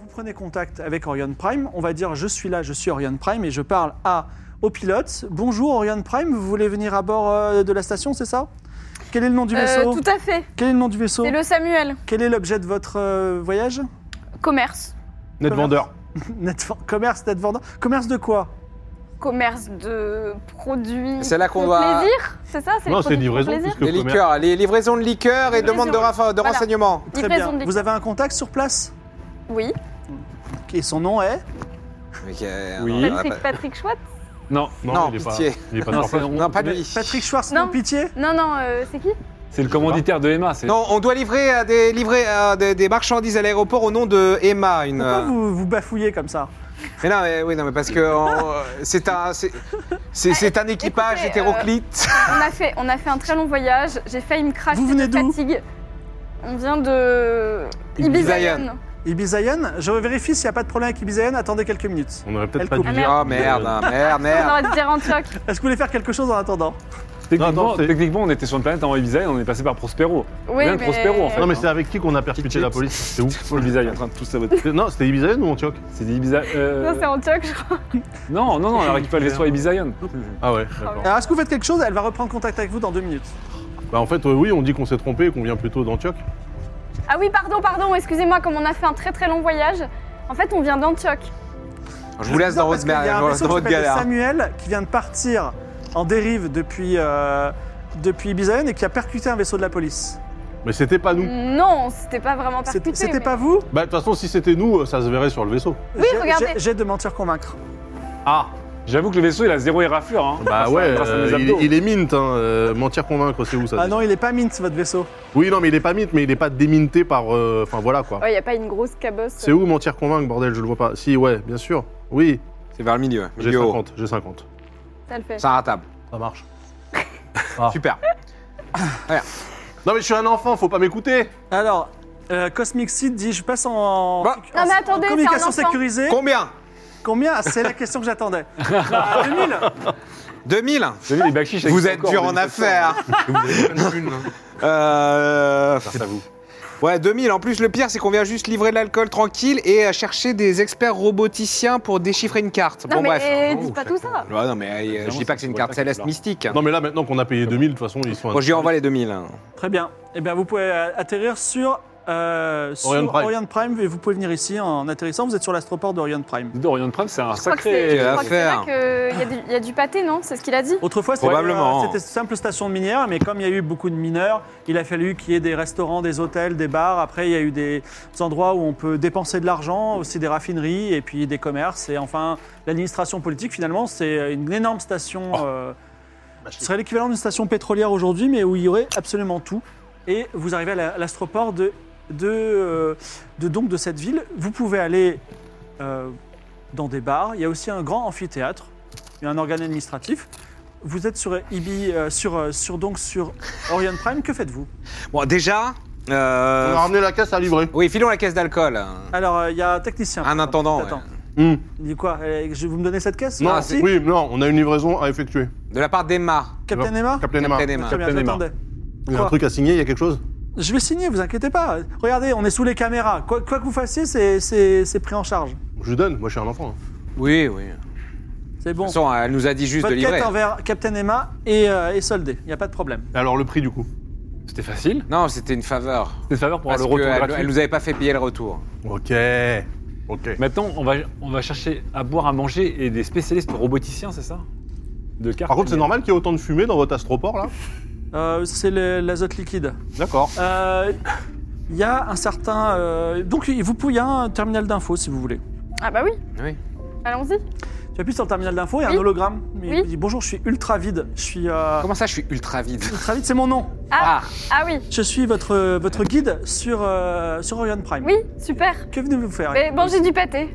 Vous prenez contact avec Orion Prime, on va dire je suis là, je suis Orion Prime et je parle à au pilote. Bonjour Orion Prime, vous voulez venir à bord euh, de la station, c'est ça Quel est le nom du vaisseau Euh, tout à fait. Quel est le nom du vaisseau C'est le Samuel. Quel est l'objet de votre euh, voyage Commerce. Notre Commerce. vendeur. Net- Commerce, net vendeur. Commerce de quoi Commerce de produits. C'est là qu'on pour doit- Plaisir, c'est ça Non, les c'est produits pour livraison plaisir. plus que Les commerce. liqueurs, les livraisons de liqueurs et Livraison. demande de, rafa- de Voilà. renseignements. Très Livraison bien. de Vous avez un contact sur place Oui. Et son nom est Ok, euh, Oui. on va Patrick, pas- Patrick Schwatt Non, non, Non, il est pitié. pas. Il est pas Non, sur place. Non, pas de lui. Patrick Schwarzman Non. Pitié Non, non, euh, c'est qui C'est le commanditaire de Emma. c'est- Non, on doit livrer euh, des, livrer, euh, des, des marchandises à l'aéroport au nom de Emma. Une, Pourquoi euh, vous vous bafouillez comme ça Mais non, mais, oui, non, mais parce que on- euh, c'est un, c'est, c'est- c'est Eh, un euh, équipage écoutez, hétéroclite. on a, fait, on a fait un très long voyage. J'ai failli me cracher Vous venez de d'où fatigue. On vient de. Ibizaïen. Ibizaïen. Ibizaïen Je vérifie s'il n'y a pas de problème avec Ibizaïen, attendez quelques minutes. On aurait Elle peut-être pas coupe. dû Ah, dire. Oh merde, hein, merde, On merde. aurait dû dire Antioch. Est-ce que vous voulez faire quelque chose en attendant Techniquement, Non, non, c'est- techniquement, on était sur une planète en Ibiza et on est passé par Prospero. Oui, Rien de mais... Prospero, en fait. Non, Non, mais... mais- c'est avec qui qu'on a percuté la police C'est où Ibiza, il est en en train train de tous Non, c'était Ibizaïen ou Antioch C'est des Ibiza. euh, c'est Antioch, je crois. non, non, non, on a récupéré le vaisseau Ibizaïen. Ah ouais, d'accord. d'accord. Alors, est-ce que vous faites quelque chose Elle va reprendre contact avec vous dans deux minutes. Bah en fait, euh, oui, on dit qu'on s'est trompé et qu'on vient plutôt d'Antioch. Ah oui, pardon, pardon, excusez-moi, comme on a fait un très très long voyage. En fait, on vient d'Antioch. Je vous laisse dans Non, votre, parce qu'il y a un dans vaisseau qui votre s'appelle galère. Samuel qui vient de partir en dérive depuis, euh, depuis Ibizaïen et qui a percuté un vaisseau de la police. Mais c'était pas Mm. nous. Non, c'était pas vraiment C'est- percuté. C'était mais- pas vous Bah de toute façon, si c'était nous, euh, ça se verrait sur le vaisseau. Oui, regardez. J'ai de mentir convaincre. Ah J'avoue que le vaisseau, il a zéro éraflure. Hein, Bah grâce à- ouais, grâce à nos euh, il, abdos. il est mint, hein. euh, mentir convaincre, c'est où ça Ah non, il est pas mint votre vaisseau. Oui, non, mais il est pas mint, mais il est pas déminté par. euh, Enfin voilà quoi. Ouais, y a pas une grosse cabosse. C'est où mentir convaincre, bordel Je le vois pas. Si, ouais, bien sûr. Oui, C'est vers le milieu. j'ai milieu haut. 50, j'ai 50. Ça le fait. C'est inratable. Ça marche. Super. Non mais je suis un enfant, faut pas m'écouter. Alors, euh, Cosmic Seed dit je passe en, Bah. en- en Non, mais attendez, c'est un communication enfant. sécurisée. Combien Combien Ah, C'est la question que j'attendais. Bah, 2000 2000 J'ai vu les bakchiches avec Vous son êtes corps dur en 2700. affaires. Euh, Grâce à vous. Ouais, 2000. En plus, le pire, c'est qu'on vient juste livrer de l'alcool tranquille et euh, chercher des experts roboticiens pour déchiffrer une carte. Non, bon, mais bref. eh, dites pas tout ça. Ouais, non, mais euh, Évidemment, je dis pas ça, que c'est une c'est carte pour ça céleste qu'il mystique. hein. Non mais là maintenant qu'on a payé 2000, de toute façon ils sont. Bon, j'y envoie les 2000. hein. Très bien. Eh bien, vous pouvez euh, atterrir sur, euh, sur Orion Prime. Prime et vous pouvez venir ici en atterrissant. Vous êtes sur l'astroport d'Orient Prime. Dis donc, Orion Prime, c'est un Je crois que sacré. c'est je crois que c'est là affaire. qu'il y, a du- il y a du pâté, non C'est ce qu'il a dit Autrefois, c'était Probablement. euh, c'était simple station de minière, mais comme il y a eu beaucoup de mineurs, il a fallu qu'il y ait des restaurants, des hôtels, des bars. Après, il y a eu des endroits où on peut dépenser de l'argent, aussi des raffineries et puis des commerces. Et enfin, l'administration politique, finalement, c'est une énorme station. euh, ce serait l'équivalent d'une station pétrolière aujourd'hui, mais où il y aurait absolument tout. Et vous arrivez à la- l'astroport de, de, euh, de, donc, de cette ville. Vous pouvez aller euh, dans des bars. Il y a aussi un grand amphithéâtre. Il y a un organe administratif. Vous êtes sur Ibi, euh, sur, euh, sur donc sur Orion Prime. Que faites-vous Bon, déjà. On euh, a ramené la caisse à livrer. Oui, filons la caisse d'alcool. Alors euh, il y a un technicien. Un intendant, Attends. ouais. Hmm. Il dit quoi Euh, je- Vous me donnez cette caisse Non, Ah, si. oui, non, on a une livraison à effectuer. De la part d'Emma. Captain Emma Captain Emma. Captain Emma. Très bien, Captain Emma. j'attendais. Il y a un Quoi truc à signer, il y a quelque chose Je vais signer, vous inquiétez pas. Regardez, on est sous les caméras. Quoi, quoi que vous fassiez, c'est- c'est c'est pris en charge. Je lui donne, moi je suis un enfant. hein. Oui, oui. De C'est bon. toute façon, elle nous a dit juste Votre de livrer. quête envers Captain Emma est, euh, est soldée. Il n'y a pas de problème. Et alors le prix du coup C'était facile. Non, c'était une faveur. C'était une faveur pour Parce le retour qu'elle gratuit. elle nous avait pas fait payer le retour. Ok. Ok. Maintenant, on va, on va chercher à boire, à manger et des spécialistes roboticiens, c'est ça De cartes. Par contre, c'est normal qu'il y ait autant de fumée dans votre astroport là Euh, c'est le- l'azote liquide. D'accord. Euh, Il y a un certain. euh, donc, vous pouvez, il y a un terminal d'info si vous voulez. Ah bah oui. Oui. Allons-y. Tu appuies sur le terminal d'info, il y a un Oui. hologramme. Il Oui. dit Bonjour, je suis ultra vide. Je suis. euh, Comment ça, je suis ultra vide ultra vide, c'est mon nom. Ah, ah oui. Je suis votre, votre guide sur, euh, sur Orion Prime. Oui, super. Que venez-vous faire Mais manger du pâté.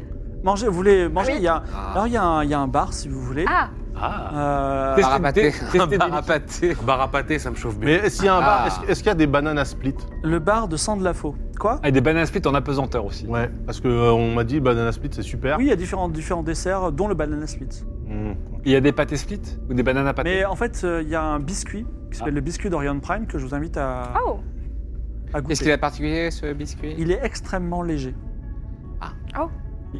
Manger, vous voulez manger Oui. il y a, Alors, il y, a un, il y a un bar si vous voulez. Ah, Ah Euh, Testez- Bar à pâté. testez Un des bar à limites. pâté. Bar à pâté, ça me chauffe bien. Mais est-ce qu'il y a un bar Ah. Est-ce est-ce qu'il y a des bananes à split le bar de Sandlafo. Quoi Ah, Et des bananes split en apesanteur aussi. Ouais. Parce que euh, on m'a dit banana split c'est super. Oui, il y a différents, différents desserts, dont le banana split. Mmh. Il y a des pâtés split ou des bananes à pâté Mais en fait, euh, il y a un biscuit qui s'appelle le biscuit d'Orion Prime que je vous invite à, oh, à goûter. Qu'est-ce qu'il a de particulier, ce biscuit Il est extrêmement léger.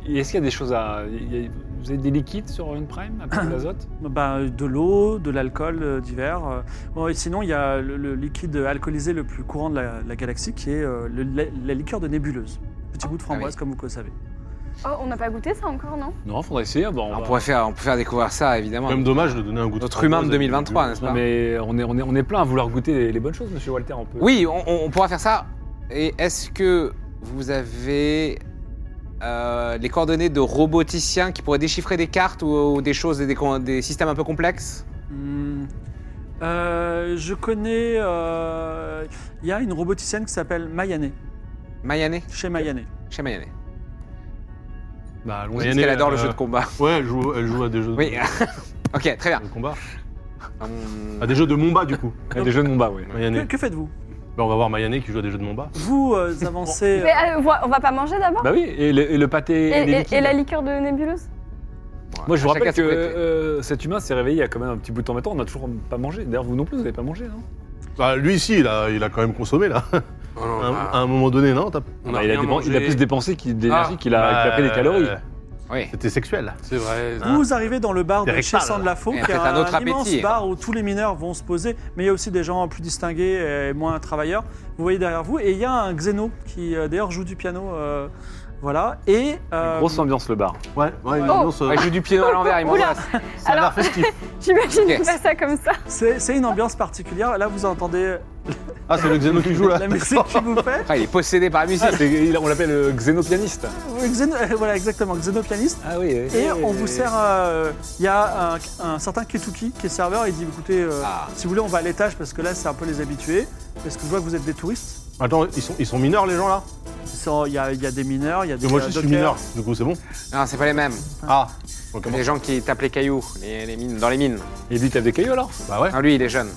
Et Est-ce qu'il y a des choses à. il y a- Vous avez des liquides sur une prime à part de l'azote Ben, euh, de l'eau, de l'alcool euh, divers. euh. Bon, et sinon, il y a le, le liquide alcoolisé le plus courant de la, la galaxie qui est euh, le- la, la liqueur de nébuleuse. Petit bout de framboise, oui. comme vous le savez. oh, on n'a pas goûté ça encore, non Non, faudrait essayer. Bon, on on va- pourrait, faire, on peut faire découvrir ça, évidemment. Même dommage de donner un goût. de Notre humain de framboise. 2023, n'est-ce Non, pas mais on est, on, est, on est plein à vouloir goûter les, les bonnes choses, monsieur Walter. On peut... Oui, on, on- on pourra faire ça. Et est-ce que vous avez euh, les coordonnées de roboticiens qui pourraient déchiffrer des cartes ou, ou des choses, des, des- des systèmes un peu complexes Hmm. Euh, je connais. euh, Il y a une roboticienne qui s'appelle Mayane, Mayane chez Mayane. Chez Mayane. Bah, allons-y. Mayane, Parce qu'elle adore le euh, jeu de combat. Ouais, elle joue, elle joue à des jeux de, Oui. ok, très bien. de combat. Hum, À des jeux de Momba du coup. Il y a des jeux de combat, oui. Que, Mayané. que faites-vous Bah, on va voir Mayané qui joue à des jeux de Momba. Vous euh, avancez. Mais euh, on va- on va pas manger d'abord Bah oui, et le, et le pâté. et, des et- liquides. et la liqueur de nébuleuse voilà, Moi, je vous chacun rappelle que son côté. euh, cet humain s'est réveillé il y a quand même un petit bout de temps maintenant. On n'a toujours pas mangé. D'ailleurs, vous non plus, vous n'avez pas mangé, non Bah, lui ici, il a, il a quand même consommé là. Oh non, À un- bah, à un moment donné, non t'as- on a Bah, il, a rien dépen- il a mangé. plus dépensé qu'il- d'énergie qu'il a, qu'il a pris des Bah, calories. euh, Oui. C'était sexuel. C'est vrai. Vous arrivez dans le bar de Direct chez pas, là. Sandlafo, Et qui est peut-être un, un autre immense appétit. hein. bar où tous les mineurs vont se poser, mais il y a aussi des gens plus distingués et moins travailleurs. Vous voyez derrière vous, et il y a un Xeno qui euh, d'ailleurs joue du piano. euh, voilà, et. euh, Grosse ambiance, le bar. Ouais, ouais, une Oh. ambiance, euh, Ouais, je joue du piano à l'envers, il Oula. m'embrasse. ça a l'air Alors- festif. J'imagine Yes. pas ça comme ça. c'est c'est une ambiance particulière. Là, vous entendez Ah, c'est le Xeno qui joue là. la musique qui vous fait. Ah, il est possédé par la musique. Ah, c'est- il- on l'appelle euh, xénopianiste. Oui, Xeno- euh, voilà, exactement, Xenopianiste. Ah oui. oui, Et oui, on oui. vous sert. euh, Il y a un, un certain Ketuki qui est serveur. Il dit écoutez, euh, Ah. si vous voulez, on va à l'étage parce que là, c'est un peu les habitués. Parce que je vois que vous êtes des touristes. Attends, ils sont, ils sont mineurs les gens là Ils sont- Il y a, il y a des mineurs, il y a des. Parce que moi euh, je suis dockers. mineur, du coup c'est bon. Non, c'est pas les mêmes. Ah, Oh, ok, bon. Les gens qui tapent les cailloux, les, les mines, dans les mines. Et lui, il tape des cailloux alors bah ouais. Non, lui, il est jeune.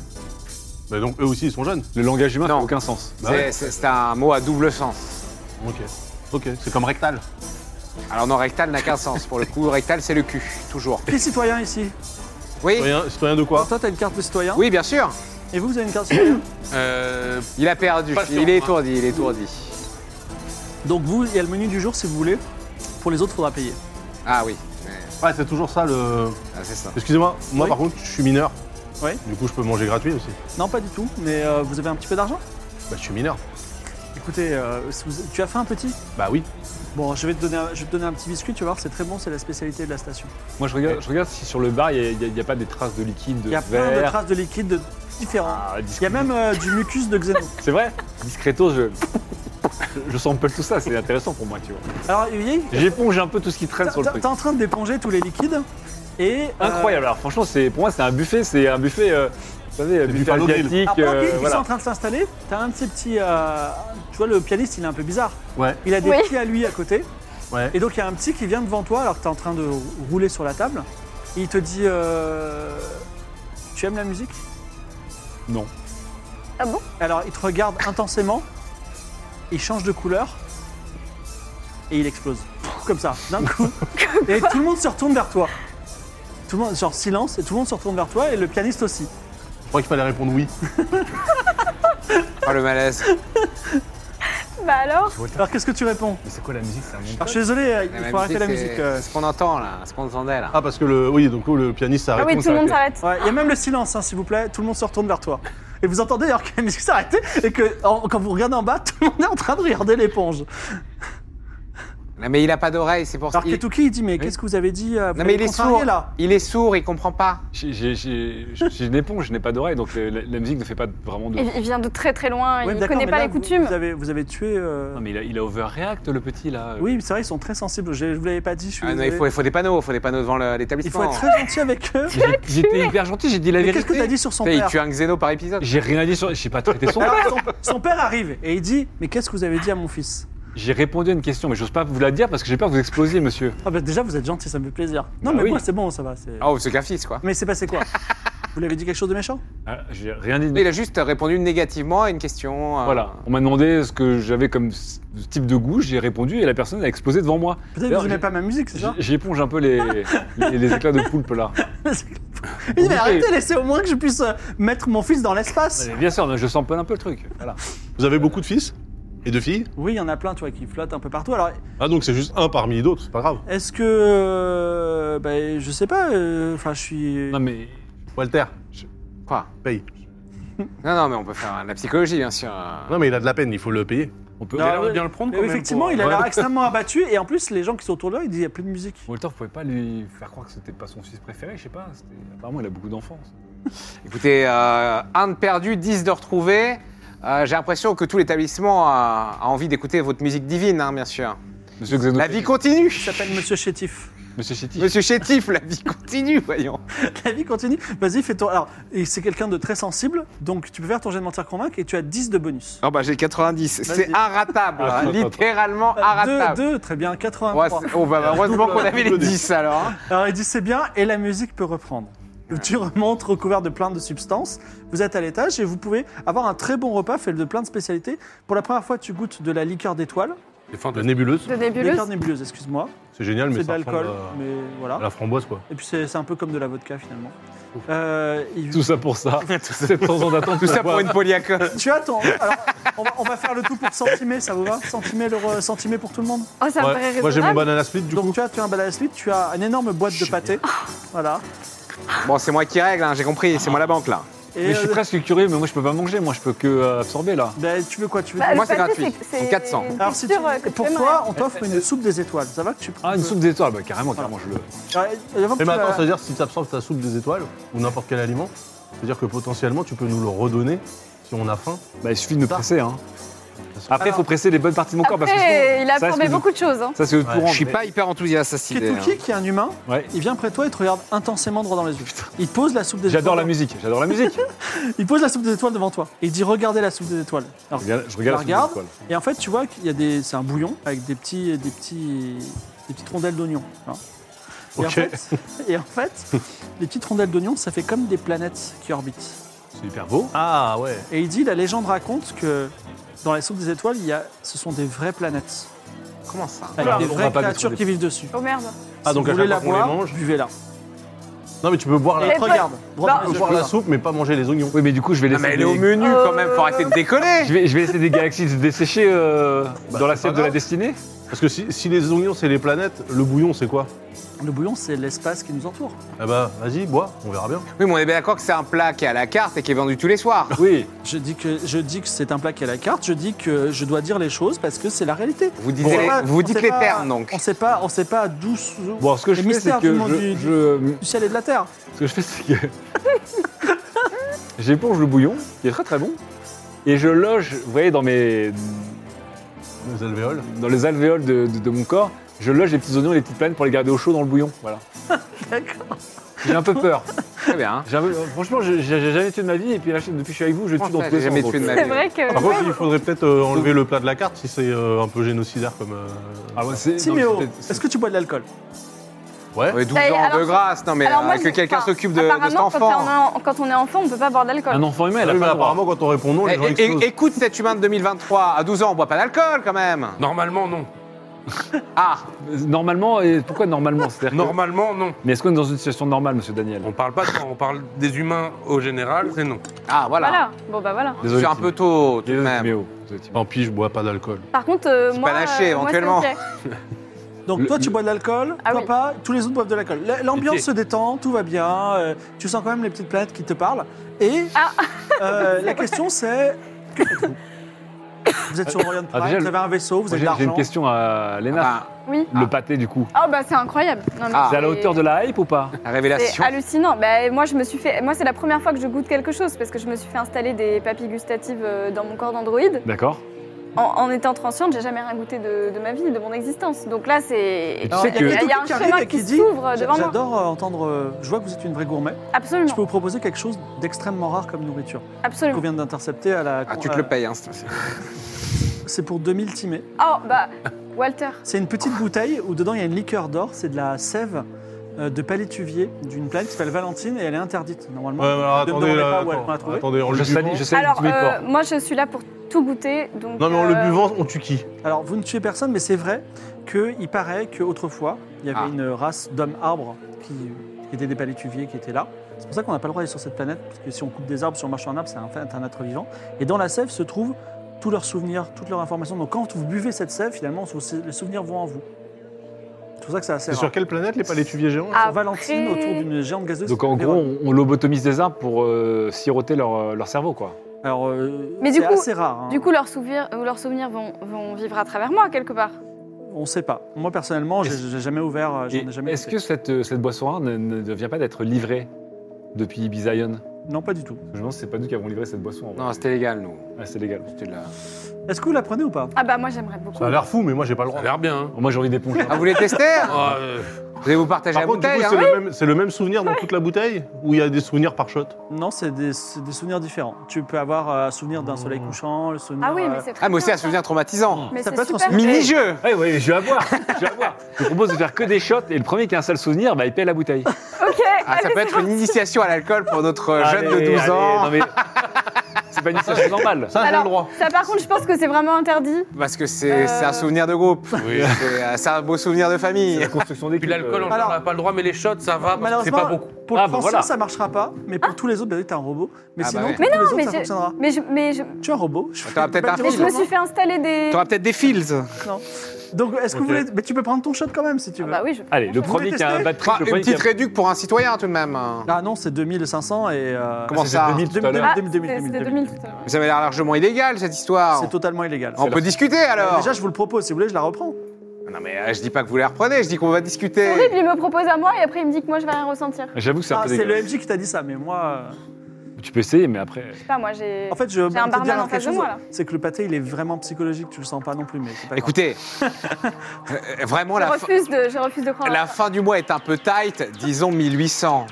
Bah donc eux aussi ils sont jeunes. Le langage humain n'a Non. aucun sens. Bah C'est- ouais. c'est c'est un mot à double sens. Ok. Ok, c'est comme rectal. Alors non, rectal n'a qu'un sens. Pour le coup, rectal, c'est le cul, toujours. Qui est citoyen ici Oui, Citoyen, citoyen de quoi Toi, t'as une carte de citoyen. oui, bien sûr. Et vous, vous avez une carte de citoyen. Euh, Il a perdu. Pas sûr, il est hein. étourdi, il est étourdi. Donc, vous, il y a le menu du jour si vous voulez. Pour les autres, faudra payer. Ah oui, mais- Ouais, c'est toujours ça le. ah, c'est ça. Excusez-moi, moi Oui. par contre je suis mineur. Ouais. Du coup je peux manger gratuit aussi. Non, pas du tout, mais euh, vous avez un petit peu d'argent Bah je suis mineur. Écoutez, euh, si vous- tu as faim, petit Bah oui. Bon, je vais, te donner, un- je vais te donner un petit biscuit, tu vas voir, c'est très bon, c'est la spécialité de la station. Moi, je regarde, je regarde si sur le bar, il n'y a, pas des traces de liquide, de Il y a plein de verre. traces de liquide différents. Ah, Il y a même euh, du mucus de xéno. C'est vrai Discreto, je... je sens un peu tout ça, c'est intéressant pour moi, tu vois. Alors, vous voyez, J'éponge un peu tout ce qui traîne sur le T'es truc. t'es en train d'éponger tous les liquides et. euh, Incroyable, alors franchement, c'est- pour moi, c'est un buffet, c'est un buffet, euh, vous savez, buffet Buffalo Grill. asiatique. alors, pendant euh, qu'ils sont voilà. en train de s'installer, t'as un de ces petits. euh, tu vois, le pianiste, il est un peu bizarre. Ouais. Il a des Oui. petits à lui à côté. Ouais. Et donc, il y a un petit qui vient devant toi alors que t'es en train de rouler sur la table. Et il te dit euh, Tu aimes la musique Non. Ah bon Alors, il te regarde intensément, il change de couleur et il explose. Pouf, Comme ça, d'un coup. et tout le monde se retourne vers toi. Tout le monde, genre silence, et tout le monde se retourne vers toi et le pianiste aussi. Je crois qu'il fallait répondre oui. Oh le malaise. Bah alors Alors, qu'est-ce que tu réponds Mais c'est quoi la musique C'est un monde Alors, je suis désolé, euh, La il faut arrêter la c'est- musique. euh. C'est ce qu'on entend là, ce qu'on entendait là. Ah parce que le. Oui donc le pianiste Ah s'arrête. oui, on tout le monde s'arrête. Ouais, il y a même le silence, hein, s'il vous plaît, tout le monde se retourne vers toi. Et vous entendez alors que la musique s'est arrêtée et que en- quand vous regardez en bas, tout le monde est en train de regarder l'éponge. Non, mais il a pas d'oreille, c'est pour ça. Alors Il... Ketuki, il dit, mais qu'est-ce que vous avez dit euh, vous Non, mais l'avez il est contrarié, sourd. là Il est sourd, il comprend pas. J'ai- j'ai- J'ai j'ai une éponge, je n'ai pas d'oreille, donc le- la, la musique ne fait pas vraiment de. Il, il vient de très très loin, Ouais, il d'accord, connaît mais pas là, les vous- coutumes. Vous avez, vous avez tué. euh, Non, mais euh, il a, il a overreact, le petit, là. Oui, c'est vrai, ils sont très sensibles. Je, je vous l'avais pas dit. Je suis Ah, non, désolé. il, faut, il faut des panneaux, il faut des panneaux devant le- Il faut l'établissement. être très gentil avec eux. Mais j'ai- J'étais hyper gentil, j'ai dit la Mais vérité. qu'est-ce que t'as dit Ah, sur son Tu sais, Il père tue un xéno par épisode. J'ai rien dit sur. J'ai pas traité son Alors, père. son, son père arrive et il dit Mais qu'est-ce que vous avez dit à mon fils J'ai répondu à une question, mais j'ose pas vous la dire parce que j'ai peur que vous explosiez, monsieur. Ah, bah déjà, vous êtes gentil, ça me fait plaisir. Non, Bah mais oui. moi, c'est bon, ça va. c'est- Oh, c'est qu'un fils, quoi. Mais c'est passé quoi Vous l'avez dit quelque chose de méchant Ah, J'ai rien dit. de- Il a juste répondu négativement à une question. euh, Voilà, on m'a demandé ce que j'avais comme s- type de goût, j'ai répondu et la personne a explosé devant moi. Peut-être que D'ailleurs, vous n'aimez j'ai- pas ma musique, c'est ça J'- J'éponge un peu les, les, les éclats de poulpe là. Il dit, Mais arrêtez, laissez au moins que je puisse euh, mettre mon fils dans l'espace. Mais bien sûr, mais je sens un peu le truc. Voilà. Vous avez beaucoup de fils et de filles Oui, il y en a plein, tu vois, qui flottent un peu partout. Alors, Ah, donc c'est juste un parmi d'autres, c'est pas grave. est-ce que. euh, bah, je sais pas, euh, enfin, je suis. Non mais Walter, Quoi paye. Non, non, mais on peut faire de la psychologie, bien sûr. euh. Non, mais il a de la peine, il faut le payer. on peut. Non, Il a l'air de ouais. bien le prendre Mais quand même. effectivement, pour- il a l'air Ouais. extrêmement abattu et en plus, les gens qui sont autour de lui, il dit il n'y a plus de musique. Walter, vous pouvez pas lui faire croire que c'était pas son fils préféré, je sais pas. c'était- Apparemment, il a beaucoup d'enfants. ça. Écoutez, euh, un de perdu, 10 de retrouvé. Euh, J'ai l'impression que tout l'établissement a, a envie d'écouter votre musique divine, hein, bien sûr. Monsieur Xenophage. La vie continue Il s'appelle Monsieur Chétif. Monsieur Chétif. Monsieur Chétif, la vie continue, voyons. La vie continue. Vas-y, fais ton. Alors, et c'est quelqu'un de très sensible, donc tu peux faire ton jet de mentir convaincre et tu as 10 de bonus. Ah bah j'ai 90, c'est Vas-y. inratable, hein, Attends, attends, littéralement Deux, inratable. deux, très bien, Ah, Ouais, 83. c'est- oh, bah, heureusement qu'on avait les 10 alors. hein. Alors il dit c'est bien et la musique peut reprendre. Le tu remonte recouvert de plein de substances. Vous êtes à l'étage et vous pouvez avoir un très bon repas fait de plein de spécialités. Pour la première fois, tu goûtes de la liqueur d'étoile. C'est fantastique. La nébuleuse, De nébuleuse. Liqueur nébuleuse, excuse-moi. c'est Ah. génial, mais C'est ça de l'alcool, ressemble à- mais à voilà. la framboise, quoi. Et puis c'est c'est un peu comme de la vodka finalement. Euh, il- Tout ça pour ça. 700 ans d'attente, Tout ça pour une polyacole. Tu attends. Alors, on, va, on va faire le tout pour centimer, ça vous va Centimer, le re- centimer pour tout le monde. Oh, ça me paraît Moi j'ai mon raisonnable. banana split, du Donc coup. tu as, tu as un balai à la suite, tu as une énorme boîte de pâté. Voilà. Bon, c'est moi qui règle, hein, j'ai compris, c'est moi la banque là. Et Mais je suis euh, presque curieux, mais moi je peux pas manger, moi je peux que euh, absorber là. ben, tu veux quoi Tu veux Bah, des- Moi, le c'est pâté, gratuit. c'est- Pour 400. c'est une Alors si tu... texture, euh, que pour aimerais. toi, on t'offre une soupe des étoiles. Ça va que tu Ah, une soupe des étoiles, bah carrément, carrément, je le. Alors, avant que tu Mais la- maintenant, ça veut dire si tu absorbes ta soupe des étoiles ou n'importe quel aliment, c'est-à-dire que potentiellement tu peux nous le redonner si on a faim. Bah il suffit de me presser, hein. Après, il faut presser les bonnes parties de mon corps parce que. Après, il sinon, a ça risque absorbé de- beaucoup de choses. hein. Ça, c'est le Ouais. courant. Je suis pas hyper enthousiaste à cette idée. hein. Ketuki, qui est un humain, Ouais. il vient près de toi et te regarde intensément droit dans les yeux. Il pose la soupe des J'adore la étoiles. musique, j'adore la musique. Il pose la soupe des étoiles devant toi. Et il dit regardez la soupe des étoiles. Alors, Je regarde, je la regarde la regarde. soupe des étoiles. Et en fait, tu vois qu'il y a des, c'est un bouillon avec des petits, des petits, des petites rondelles d'oignon. hein. Et, en Ok. fait, et en fait, les petites rondelles d'oignon, ça fait comme des planètes qui orbitent. C'est hyper beau. Ah ouais. Et il dit, la légende raconte que dans la soupe des étoiles, il y a, ce sont des vraies planètes, hein. Comment ça avec Alors, des on va vraies pas créatures détruire. qui vivent dessus. Oh merde. Ah, si donc vous à voulez chaque la fois qu'on les boire, mange. buvez-la. Non, mais tu peux boire la, Et tu Elle pas- regarde, droit Bah, dans les peux yeux. boire la soupe, mais pas manger les oignons. Oui, mais du coup, je vais Non, laisser. mais elle des- est au menu quand même, Euh. faut arrêter de déconner Je vais, je vais laisser des galaxies se dessécher euh, Bah, dans c'est l'assiette pas de la grave. destinée. Parce que si, si les oignons c'est les planètes, le bouillon c'est quoi Le bouillon, c'est l'espace qui nous entoure. Eh bah vas-y, bois, on verra bien. Oui, mais on est bien d'accord que c'est un plat qui est à la carte et qui est vendu tous les soirs. Oui. Je dis que, je dis que c'est un plat qui est à la carte, je dis que je dois dire les choses parce que c'est la réalité. Vous, disiez On sait les- pas- vous on dites sait les pas- termes donc. On sait pas, on sait pas d'où s- Bon, ce que je Les fais, c'est mystères du que monde je, du- je- du ciel et de la terre. ce que je fais, c'est que j'éponge le bouillon, qui est très très bon, et je loge, vous voyez, dans mes, Les alvéoles. dans les alvéoles de, de- de mon corps, je loge les petits oignons et les petites plaines pour les garder au chaud dans le bouillon. Voilà. D'accord. J'ai un peu peur. Très bien. J'ai un peu- euh, franchement, j'ai j'ai jamais tué de ma vie, et puis là, depuis que je suis avec vous, je tue Franchement, dans tous les j'ai jamais sens, tué de donc, ma euh, C'est vrai Par que. contre, il faudrait peut-être euh, enlever le plat de la carte si c'est euh, un peu génocidaire comme. euh, Ah ouais, c'est- non, Timéo, mais c'était- est-ce que tu bois de l'alcool Ouais. Ouais, 12 Eh, ans alors- de grâce, non mais Alors moi, euh, je- que quelqu'un enfin, s'occupe de, de cet apparemment, Quand on, est enfant. en- quand on est enfant, on peut pas boire d'alcool. Un enfant humain, elle a Oui, mais pas le droit. apparemment, quand on répond non, Oh, les gens Eh, eh, explosent. écoute cet humain de 2023, à 12 ans on boit pas d'alcool quand même Normalement, non. Ah Normalement, et pourquoi normalement C'est-à-dire que- Normalement, non. Mais est-ce qu'on est dans une situation normale, monsieur Daniel On parle pas de ça, on parle des humains au général, c'est non. Ah voilà, Voilà. Bon bah voilà. Je suis un peu tôt tout de Désolé, même. Timéo. Désolé, Timéo. Tant pis, je bois pas d'alcool. Par contre, euh, Petit moi, panaché, euh, moi, c'est éventuellement. ok. Donc Le- toi tu le- bois de l'alcool, Ah toi oui. pas, tous les autres boivent de l'alcool. L- L'ambiance Pitié. se détend, tout va bien, euh, tu sens quand même les petites planètes qui te parlent. Et Ah. euh, la question c'est... que faites-vous Vous êtes sur Orient Prime, Ah, déjà, vous le- avez un vaisseau, vous Moi, avez de J'ai j'ai l'argent. une question à Léna. Ah, Oui. Le pâté, du coup. Ah bah c'est incroyable. Non, mais Ah. C'est à la hauteur de la hype ou pas la C'est révélation. hallucinant. Bah, moi, je me suis fait. Moi, c'est la première fois que je goûte quelque chose parce que je me suis fait installer des papilles gustatives euh, dans mon corps d'androïde. D'accord. En, en étant transciente, j'ai jamais rien goûté de, de ma vie, de mon existence. Donc là, c'est. Oh, Et tu sais Il y a- que- il y a un qui arrive chemin et qui qui dit, s'ouvre devant moi. J'adore euh, entendre. euh, Je vois que vous êtes une vraie gourmet. Je peux Absolument, vous proposer quelque chose d'extrêmement rare comme nourriture. Qu'on absolument. vient d'intercepter à la. Ah, tu te le payes, hein, cette fois-ci. C'est pour 2000 timés. Oh bah, Walter. C'est une petite bouteille où dedans il y a une liqueur d'or. C'est de la sève euh, de palétuvier d'une planète qui s'appelle Valentine et elle est interdite normalement. Ouais, mais alors, Ne me attendez, demandez là, pas où elle attends, m'a trouvé. attendez, en Je le buvant. salue, je salue Alors, tous les euh, porcs. moi, je suis là pour tout goûter. Donc, Non, mais en le euh, buvant, on tue qui Alors vous ne tuez personne, mais c'est vrai qu'il paraît qu'autrefois il y avait Ah. une race d'hommes arbres qui qui étaient des palétuviers qui étaient là. C'est pour ça qu'on n'a pas le droit d'aller sur cette planète, parce que si on coupe des arbres, si on marche sur un arbre, c'est en fait un être vivant. Et dans la sève se trouvent tous leurs souvenirs, toutes leurs informations. Donc quand vous buvez cette sève, finalement, vos- les souvenirs vont en vous. C'est pour ça que c'est assez C'est rare. sur quelle planète les palétuviers géants Ah. Sur Valentine, Après- autour d'une géante gazeuse. Donc en Mais gros, voilà. on, on lobotomise des arbres pour euh, siroter leur, euh, leur cerveau, quoi. Alors, euh, Mais du c'est coup- assez rare. hein. Du coup, leurs souvenirs, ou leurs souvenirs vont, vont vivre à travers moi, quelque part. on ne sait pas. Moi, personnellement, j'ai Est-ce- j'ai jamais ouvert, euh, Et j'en ai jamais Est-ce goûté. que cette, euh, cette boisson-là ne, ne- ne vient pas d'être livrée depuis Ibizaïon Non, pas du tout. Je me demande si c'est pas nous qui avons livré cette boisson. en vrai. Non, c'était légal, nous. Ah, c'est légal. C'était de la- Est-ce que vous la prenez ou pas Ah bah, moi, j'aimerais beaucoup. Ça a l'air fou, mais moi j'ai pas le Ça droit. a l'air bien. hein. Moi, j'ai envie d'éponger. Ah, vous voulez tester Ah, euh, Vous allez vous partager Par la contre, du coup, bouteille, c'est hein le même- c'est le, même souvenir dans toute la bouteille Ou il y a des souvenirs par shot Non, c'est des, c'est des souvenirs différents. Tu peux avoir euh, un souvenir d'un soleil couchant, le souvenir. Ah oui, mais euh, c'est très Ah, mais aussi bien, un souvenir traumatisant. Mais Ça c'est peut être un super. souvenir. Mini-jeu Ouais, ouais, Ah je vais avoir. Je vais avoir. Je propose de faire que des shots et le premier qui a un seul souvenir, bah, il paie la bouteille. Ok, Ah, ça allez, peut être une initiation à l'alcool pour notre euh, jeune Allez, de 12 allez, ans. non, mais c'est pas une situation normale. Ça, j'ai le Alors- droit. Ça, par contre, je pense que c'est vraiment interdit. Parce que c'est Euh. c'est un souvenir de groupe. oui. C'est euh, c'est un beau souvenir de famille. C'est la construction d'équipe. Puis l'alcool, on Alors- n'a pas le droit, mais les shots, ça va, parce que c'est Malheureusement, pas beaucoup. pour Ah, le bah français, voilà. ça marchera pas, mais pour tous les autres, bah oui, t'es un robot. Mais Ah, bah sinon, ouais. pour tous les autres, Ah. mais ça je- fonctionnera. Mais je, mais je, Tu es un robot. Je T'auras fais peut-être pas un de mais je me raisonnement. suis fait installer des. T'auras peut-être des feels. Non. Donc, est-ce que vous Ok. voulez. Mais tu peux prendre ton shot quand même si tu Ah veux. bah oui, je. Allez, le Vous premier qui a un détestez bad trip, Enfin, le Ah, une premier qui a... petite réduque pour un citoyen, tout de même. hein. Ah non, c'est 2500 et. euh, Comment c'est ça 2000 tout à 2000, l'heure. Ah, 2000, 2000, c'est- c'était 2000. 2000 tout à l'heure. Mais Ça avait l'air largement illégal, cette histoire. C'est totalement illégal. Ah, bah, On peut discuter, alors. Déjà, je vous le propose. Si vous voulez, je la reprends. Non, mais euh, je dis pas que vous les reprenez, je dis qu'on va C'est discuter. horrible, il me propose à moi et après il me dit que moi je vais rien ressentir. J'avoue que c'est un Ah, peu c'est le dégueulasse. MJ qui t'a dit ça, mais moi. euh, Tu peux essayer, mais après. Je sais pas, moi j'ai. En fait, je. J'ai un je vais te dire barman en face quelque de chose, moi, là. C'est que le pâté, il est vraiment psychologique. Tu le sens pas non plus, mais. c'est pas grave. Écoutez, euh, vraiment, je, la, fin- refuse de, je refuse de croire. à la ça. fin du mois est un peu tight, disons 1800.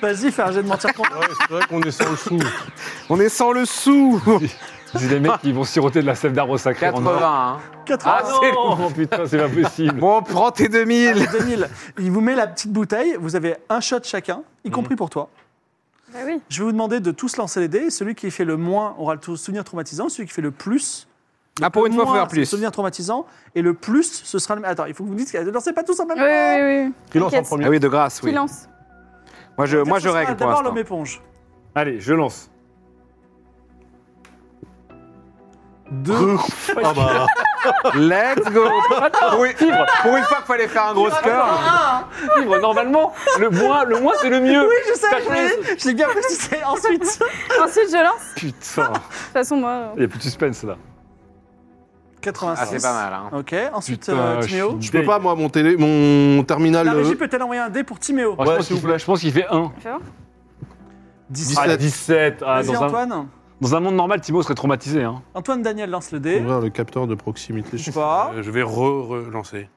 Vas-y, fais un jet de mentir contre. Ouais, c'est vrai qu'on est sans le sou. On est sans le sou C'est des mecs qui vont siroter de la sève d'arbre sacré en 80, hein. 80. Ah, c'est Oh non, putain, c'est pas possible. Bon, prends tes 2000 2000. Il vous met la petite bouteille, vous avez un shot chacun, y Mhm. compris pour toi. Bah oui. Je vais vous demander de tous lancer les dés. Celui qui fait le moins aura le tou- souvenir traumatisant, celui qui fait le plus. Ah, pour le une fois, faut moins, faire c'est le plus. Souvenir traumatisant. Et le plus, ce sera le. Attends, il faut que vous me dites. que- Lancez pas tous en même Oui, temps. oui, oui. Qui lance en T'inquiète. premier Ah oui, de grâce, Qui oui. lance Moi, je, Euh, moi, je Ce sera règle pour D'abord l'instant. l'homme éponge. Allez, je lance. Deux. Ah bah, Let's go pour, une, Fibre, pour une fois qu'il fallait faire un gros Ah, score, fibre, normalement, le moins, le moins c'est le mieux. Oui, je sais, T'as je l'ai- fait- je l'ai bien précisé. Ah, Ensuite, Ensuite je lance. De Putain, toute façon, moi. euh, il n'y a plus de suspense là. 86. ah, c'est pas mal. Hein. Ok, ensuite Putain, euh, je suis Timéo. je peux pas, moi, mon, télé, mon terminal. La régie euh, peut-elle envoyer un dé pour Timéo Moi, je Ouais, pense s'il vous qu'il- Je pense qu'il fait 1. Tu vois Dix- 17. Ah, 17. Ah, Vas-y, dans, un, Antoine. dans un monde normal, Timo serait traumatisé. Hein. Antoine Daniel lance le dé. Ouvrir le capteur de proximité. Je sais pas. Euh, je vais re-relancer.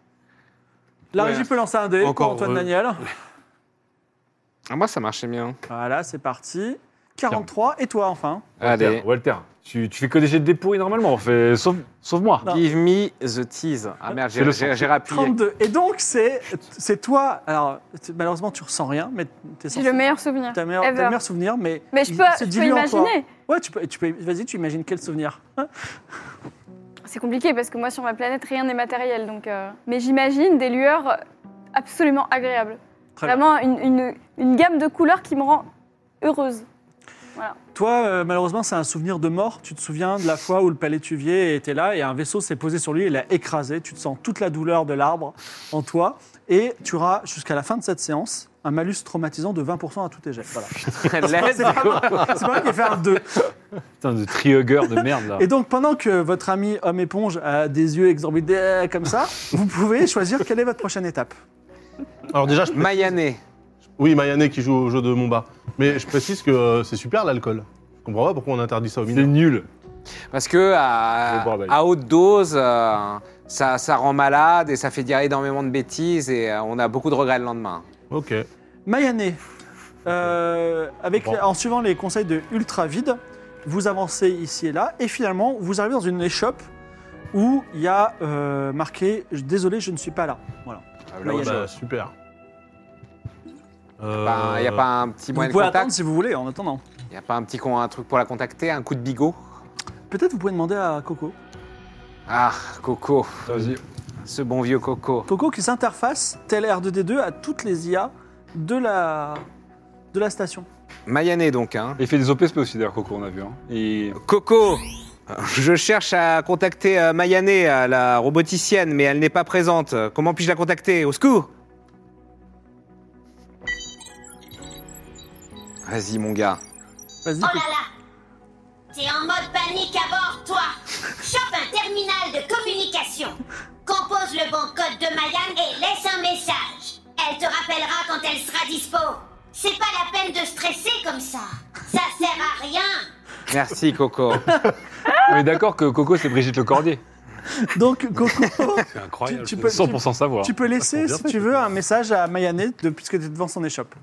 La Ouais. régie peut lancer un dé Encore pour Antoine heureux. Daniel. Ah, moi, ça marchait bien. Voilà, c'est parti. 43, et toi enfin Allez, Walter, Walter, tu, tu fais que des jets de dépouille normalement. on fait- Sauf, sauf moi. Non. give me the tease. Ah merde, C'est j'ai- le j'ai j'ai rappuyé. 32. Et donc, c'est c'est toi. Alors, t- malheureusement, tu ressens rien, mais t'es J'ai censé. le meilleur souvenir. T'as le meilleur, t'as le Ever. meilleur souvenir, mais. Mais je il peux, se je peux dilue en toi. imaginer. Ouais, tu peux. Tu peux Vas-y, tu imagines quel souvenir hein C'est compliqué parce que moi sur ma planète rien n'est matériel donc. euh, Mais j'imagine des lueurs absolument agréables. Très bien. Vraiment une, une, une gamme de couleurs qui me rend heureuse. Toi, euh, malheureusement, c'est un souvenir de mort. Tu te souviens de la fois où le palétuvier était là et un vaisseau s'est posé sur lui et l'a écrasé. Tu te sens toute la douleur de l'arbre en toi. Et tu auras, jusqu'à la fin de cette séance, un malus traumatisant de 20% à tout échec. Voilà. Laisse, C'est pas moi- c'est pas moi qui ai fait un 2. Putain, de trihugger de merde là. Et donc, pendant que votre ami homme éponge a des yeux exorbités comme ça, vous pouvez choisir quelle est votre prochaine étape. Alors déjà, je... Mayané. oui, Mayané qui joue au jeu de Momba. Mais je précise que euh, c'est super l'alcool. Je comprends pas pourquoi on interdit ça aux C'est mineurs. nul. Parce que à, Je bois, bah, à haute dose, euh, ça, ça rend malade et ça fait dire énormément de bêtises et euh, on a beaucoup de regrets le lendemain. Ok. Mayané, euh, avec, Bon. en suivant les conseils de Ultra Vide, vous avancez ici et là, et finalement, vous arrivez dans une échoppe où il y a euh, marqué « Désolé, je ne suis pas là ». Voilà. Là, Mayané. il Bah, super. Euh, n'y Bah, a pas un petit Vous moyen de pouvez attendre contact si vous voulez, en attendant. Il n'y a pas un petit con, un truc pour la contacter Un coup de bigot Peut-être vous pouvez demander à Coco. Ah, Coco, Vas-y. ce bon vieux Coco. Coco qui s'interface, tel R2D2, à toutes les IA de la, de la station. Mayané donc, hein. Il fait des OPSP aussi d'ailleurs, Coco, on a vu. Hein. Et... Coco, euh, je cherche à contacter euh, Mayané, euh, la roboticienne, mais elle n'est pas présente. Euh, Comment puis-je la contacter Au secours Vas-y, mon gars. Vas-y, Oh Coco. là là T'es en mode panique à bord, toi Chope un terminal de communication. Compose le bon code de Mayan et laisse un message. Elle te rappellera quand elle sera dispo. C'est pas la peine de stresser comme ça. Ça sert à rien. Merci, Coco. On est d'accord que Coco, c'est Brigitte Lecordier. Donc, Coco, C'est incroyable. Tu- tu ça. peux- 100% savoir. tu peux Ah, laisser, si tu veux, un message à Mayané de- puisque tu es devant son échoppe.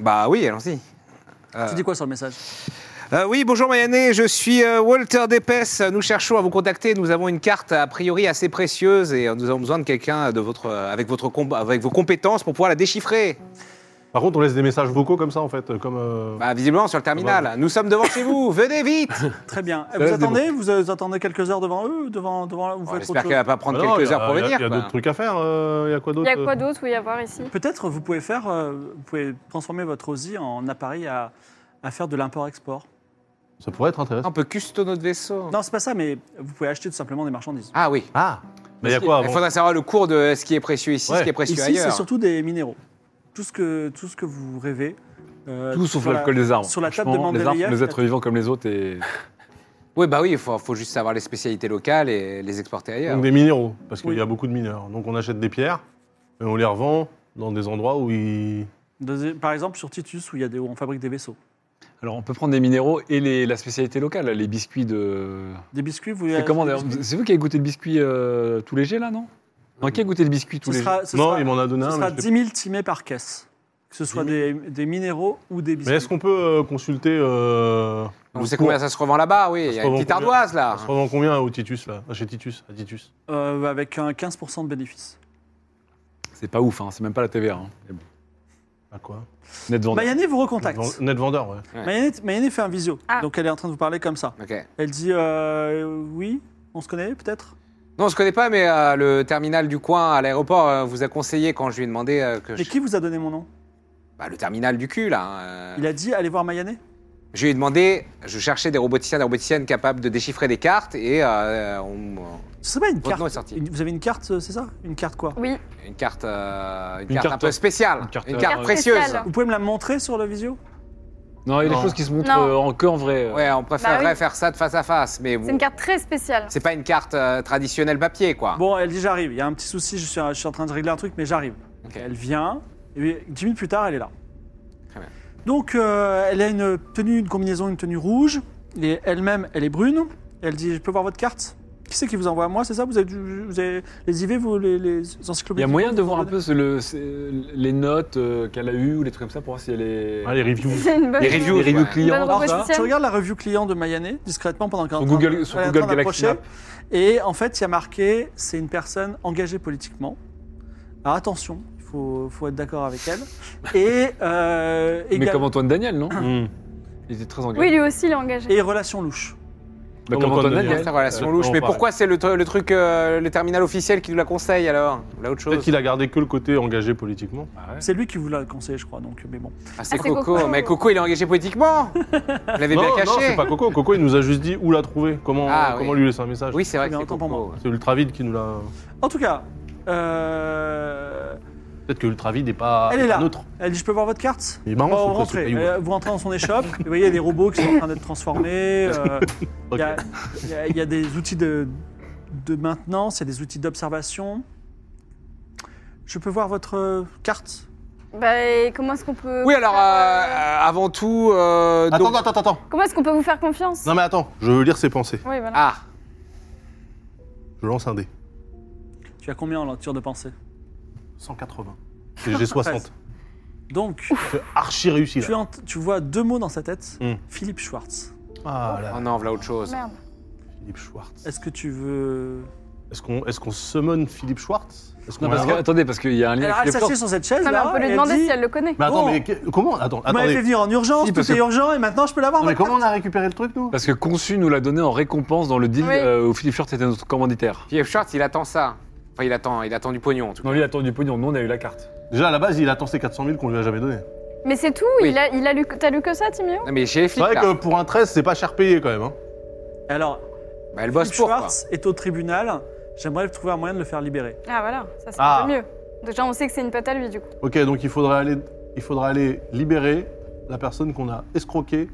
bah oui, allons-y. Tu dis quoi sur le message Euh, oui, bonjour Mayané, je suis euh, Walter Dépès. Nous cherchons à vous contacter. Nous avons une carte a priori assez précieuse et euh, nous avons besoin de quelqu'un de votre, euh, avec, votre com- avec vos compétences pour pouvoir la déchiffrer. Par contre, on laisse des messages vocaux comme ça, en fait. euh, Comme, euh, Bah, visiblement sur le terminal. Nous sommes devant chez vous. Venez vite. Très bien. laisse Vous des attendez vous, euh, attendez quelques heures devant eux ou devant, devant vous Bon, faites autre J'espère chose qu'elle va pas prendre bah non, quelques y a- heures pour y a- venir. Il y a quoi. d'autres trucs à faire. euh, Il y a quoi Il d'autre y a quoi d'autre où y avoir ici Peut-être vous pouvez faire, euh, vous pouvez transformer votre OSI en appareil à, à faire de l'import-export. Ça pourrait être intéressant. On peut custo notre vaisseau. Non, c'est pas ça, mais vous pouvez acheter tout simplement des marchandises. Ah oui. Ah Mais il y a quoi Il avant faudrait savoir le cours de ce qui est précieux ici, Ouais. ce qui est précieux Ici, c'est ailleurs. surtout des minéraux. Tout ce que, tout ce que vous rêvez. euh, Tout sauf sur la- l'alcool des arbres. sur la table Franchement, de les arbres, Mandelayev, les il y a êtres vivants comme les autres et. Oui, bah oui, il faut, faut juste savoir les spécialités locales et les exporter ailleurs. Donc des minéraux, parce qu'il Oui. y a beaucoup de mineurs. Donc on achète des pierres et on les revend dans des endroits où ils. Deuxi- par exemple, sur Titus, où, il y a des, où on fabrique des vaisseaux. Alors on peut prendre des minéraux et les- la spécialité locale, les biscuits de. Des biscuits, vous C'est achetez comment des d'ailleurs biscuits C'est vous qui avez goûté le biscuit euh, tout léger là, non Non, qui a goûté le biscuit tout Ce léger sera, ce non, sera- il m'en a donné ce un. sera mais je 10 l'ai- 000 timés par caisse. Que ce soit des, des minéraux ou des Mais biscuits. est-ce qu'on peut euh, consulter. Euh, On le sait cours combien ça se revend là-bas, oui. Il y se a une revend petite combien ardoise là. Ah. Ça se revend combien au Titus, là Chez Titus, à Titus. Euh, avec un 15% de bénéfice. C'est pas ouf, hein, c'est même pas la TVA. Hein. Mais bon, À quoi Net vendeur. Mayané vous recontacte. Vend- Net vendeur, ouais. Mayané, Mayané fait un visio. Ah. Donc elle est en train de vous parler comme ça. Ok. Elle dit euh, Oui, on se connaît peut-être Non, on se connaît pas, mais euh, le terminal du coin à l'aéroport euh, vous a conseillé quand je lui ai demandé euh, que. Mais je- qui vous a donné mon nom Bah, le terminal du cul là. hein, euh. Il a dit Allez voir Mayané Je lui ai demandé, je cherchais des roboticiens, des roboticiennes capables de déchiffrer des cartes et euh, on- Ce serait pas une Votre nom carte. est sorti. une- vous avez une carte, euh, c'est ça Une carte quoi Oui. une carte, euh, une Une carte, un carte- peu spéciale, une une carte, carte, euh, précieuse. spéciale. Vous pouvez me la montrer sur le visio Non, il y a des Non. choses qui se montrent Non. euh, en queue en vrai. Ouais, on préférerait Bah oui. faire ça de face à face, mais C'est bon, une carte très spéciale. c'est pas une carte euh, traditionnelle papier, quoi. Bon, elle dit J'arrive. Il y a un petit souci, je suis, je suis en train de régler un truc, mais j'arrive. Ok. Elle vient, et 10 minutes plus tard, elle est là. Très bien. Donc, euh, elle a une tenue, une combinaison, une tenue rouge, et elle-même, elle est brune. Elle dit Je peux voir votre carte Qui c'est qui vous envoie à moi C'est ça vous avez, du- vous avez- les IV, vous, les, les Il y encyclopédies a moyen de voir un vous- peu ce- le- c'est- les notes euh, qu'elle a eues ou les trucs comme ça pour voir si elle est. Ah, les reviews. C'est une bonne. les reviews, ouais. les reviews Bonne clients. Alors, Alors, Roboticienne. tu regardes la review client de Mayané discrètement pendant qu'elle est Sur en train de- Google- sur elle est en Google train Galaxy d'approcher. Et en fait, il y a marqué c'est une personne engagée politiquement. Alors attention, il faut, faut être d'accord avec elle. Et, euh, Mais égal- comme Antoine Daniel, non Hmm. Il était très engagé. Oui, lui aussi, il est engagé. et relation louche. Bah, Comme comme Antoine Antoine Daniel. Daniel. Cette relation Euh, louche. non, Mais pareil. pourquoi c'est le, tru- le truc, euh, le terminal officiel qui nous la conseille alors Là, autre Peut-être chose. qu'il a gardé que le côté engagé politiquement. Ah ouais. C'est lui qui vous l'a conseillé, je crois. Donc, mais bon. Ah, c'est Ah, c'est Coco. Coco. Mais Coco, il est engagé politiquement. Vous Eh l'avez non, bien non, caché. c'est pas Coco. Coco, il nous a juste dit où la trouver, comment, Ah, oui. comment lui laisser un message. Oui, c'est vrai que Très c'est bien, autant Coco. pour moi. C'est Ultravide qui nous l'a. En tout cas, euh, Peut-être que l'ultra vide n'est pas Elle est là. neutre. Elle dit, je peux voir votre carte Il est marrant, Bon, son vous truc, ce rentrez. caillou. Euh, vous rentrez dans son échoppe, et vous voyez, il y a des robots qui sont en train d'être transformés. euh, Il y a- Ok. il y, a- il y a des outils de, de maintenance, il y a des outils d'observation. Je peux voir votre euh, carte Bah, et comment est-ce qu'on peut. Oui, alors, euh, euh, euh, avant tout. euh, Attends, donc- attends, attends, attends. Comment est-ce qu'on peut vous faire confiance Non, mais attends, je veux lire ses pensées. Oui, voilà. Ah, Je lance un dé. Tu as combien en lecture de pensée 180. Et J'ai 60. Donc, C'est archi réussi là. tu, ent- tu vois deux mots dans sa tête Hmm. Philippe Schwartz. Ah là, oh non, voilà autre chose. Merde. Philippe Schwartz. Est-ce que tu veux. Est-ce qu'on est qu'on summon Philippe Schwartz Est-ce qu'on Non, parce que, l'invite attendez, parce qu'il y a un lien Alors, elle avec les plantes. s'assied sur cette chaise Non, mais là. Ah ben, on peut et lui elle demander dit, si elle le connaît. Mais attends, Bon. mais que- comment Attends, Oh. Vous m'avez fait attendez. venir en urgence, Si, tout parce est que- urgent et maintenant je peux l'avoir. Non, mais votre comment on a récupéré le truc nous Parce que Consu nous l'a donné en récompense dans le deal Oui. euh, où Philippe Short était notre commanditaire. Philippe Schwartz, il attend ça. Enfin, il attend, il attend du pognon, en tout cas. Non, lui, il attend du pognon. Nous, on a eu la carte. Déjà à la base, il attend ses 400 000 qu'on lui a jamais donné. Mais c'est tout, Oui. il a, il a lu, t'as lu que ça, Timéo Non, mais chez les C'est flics, vrai là. que pour un 13, c'est pas cher payé quand même. hein. carte Alors, Bah, elle bosse Philippe pour, quoi. Schwartz est au tribunal. J'aimerais trouver un moyen de le faire libérer. Ah, voilà, ça c'est Ah. un peu mieux. Déjà, on sait que c'est une patte à lui, du coup. Ok, donc il faudra aller, il faudra aller libérer la personne qu'on a escroquée.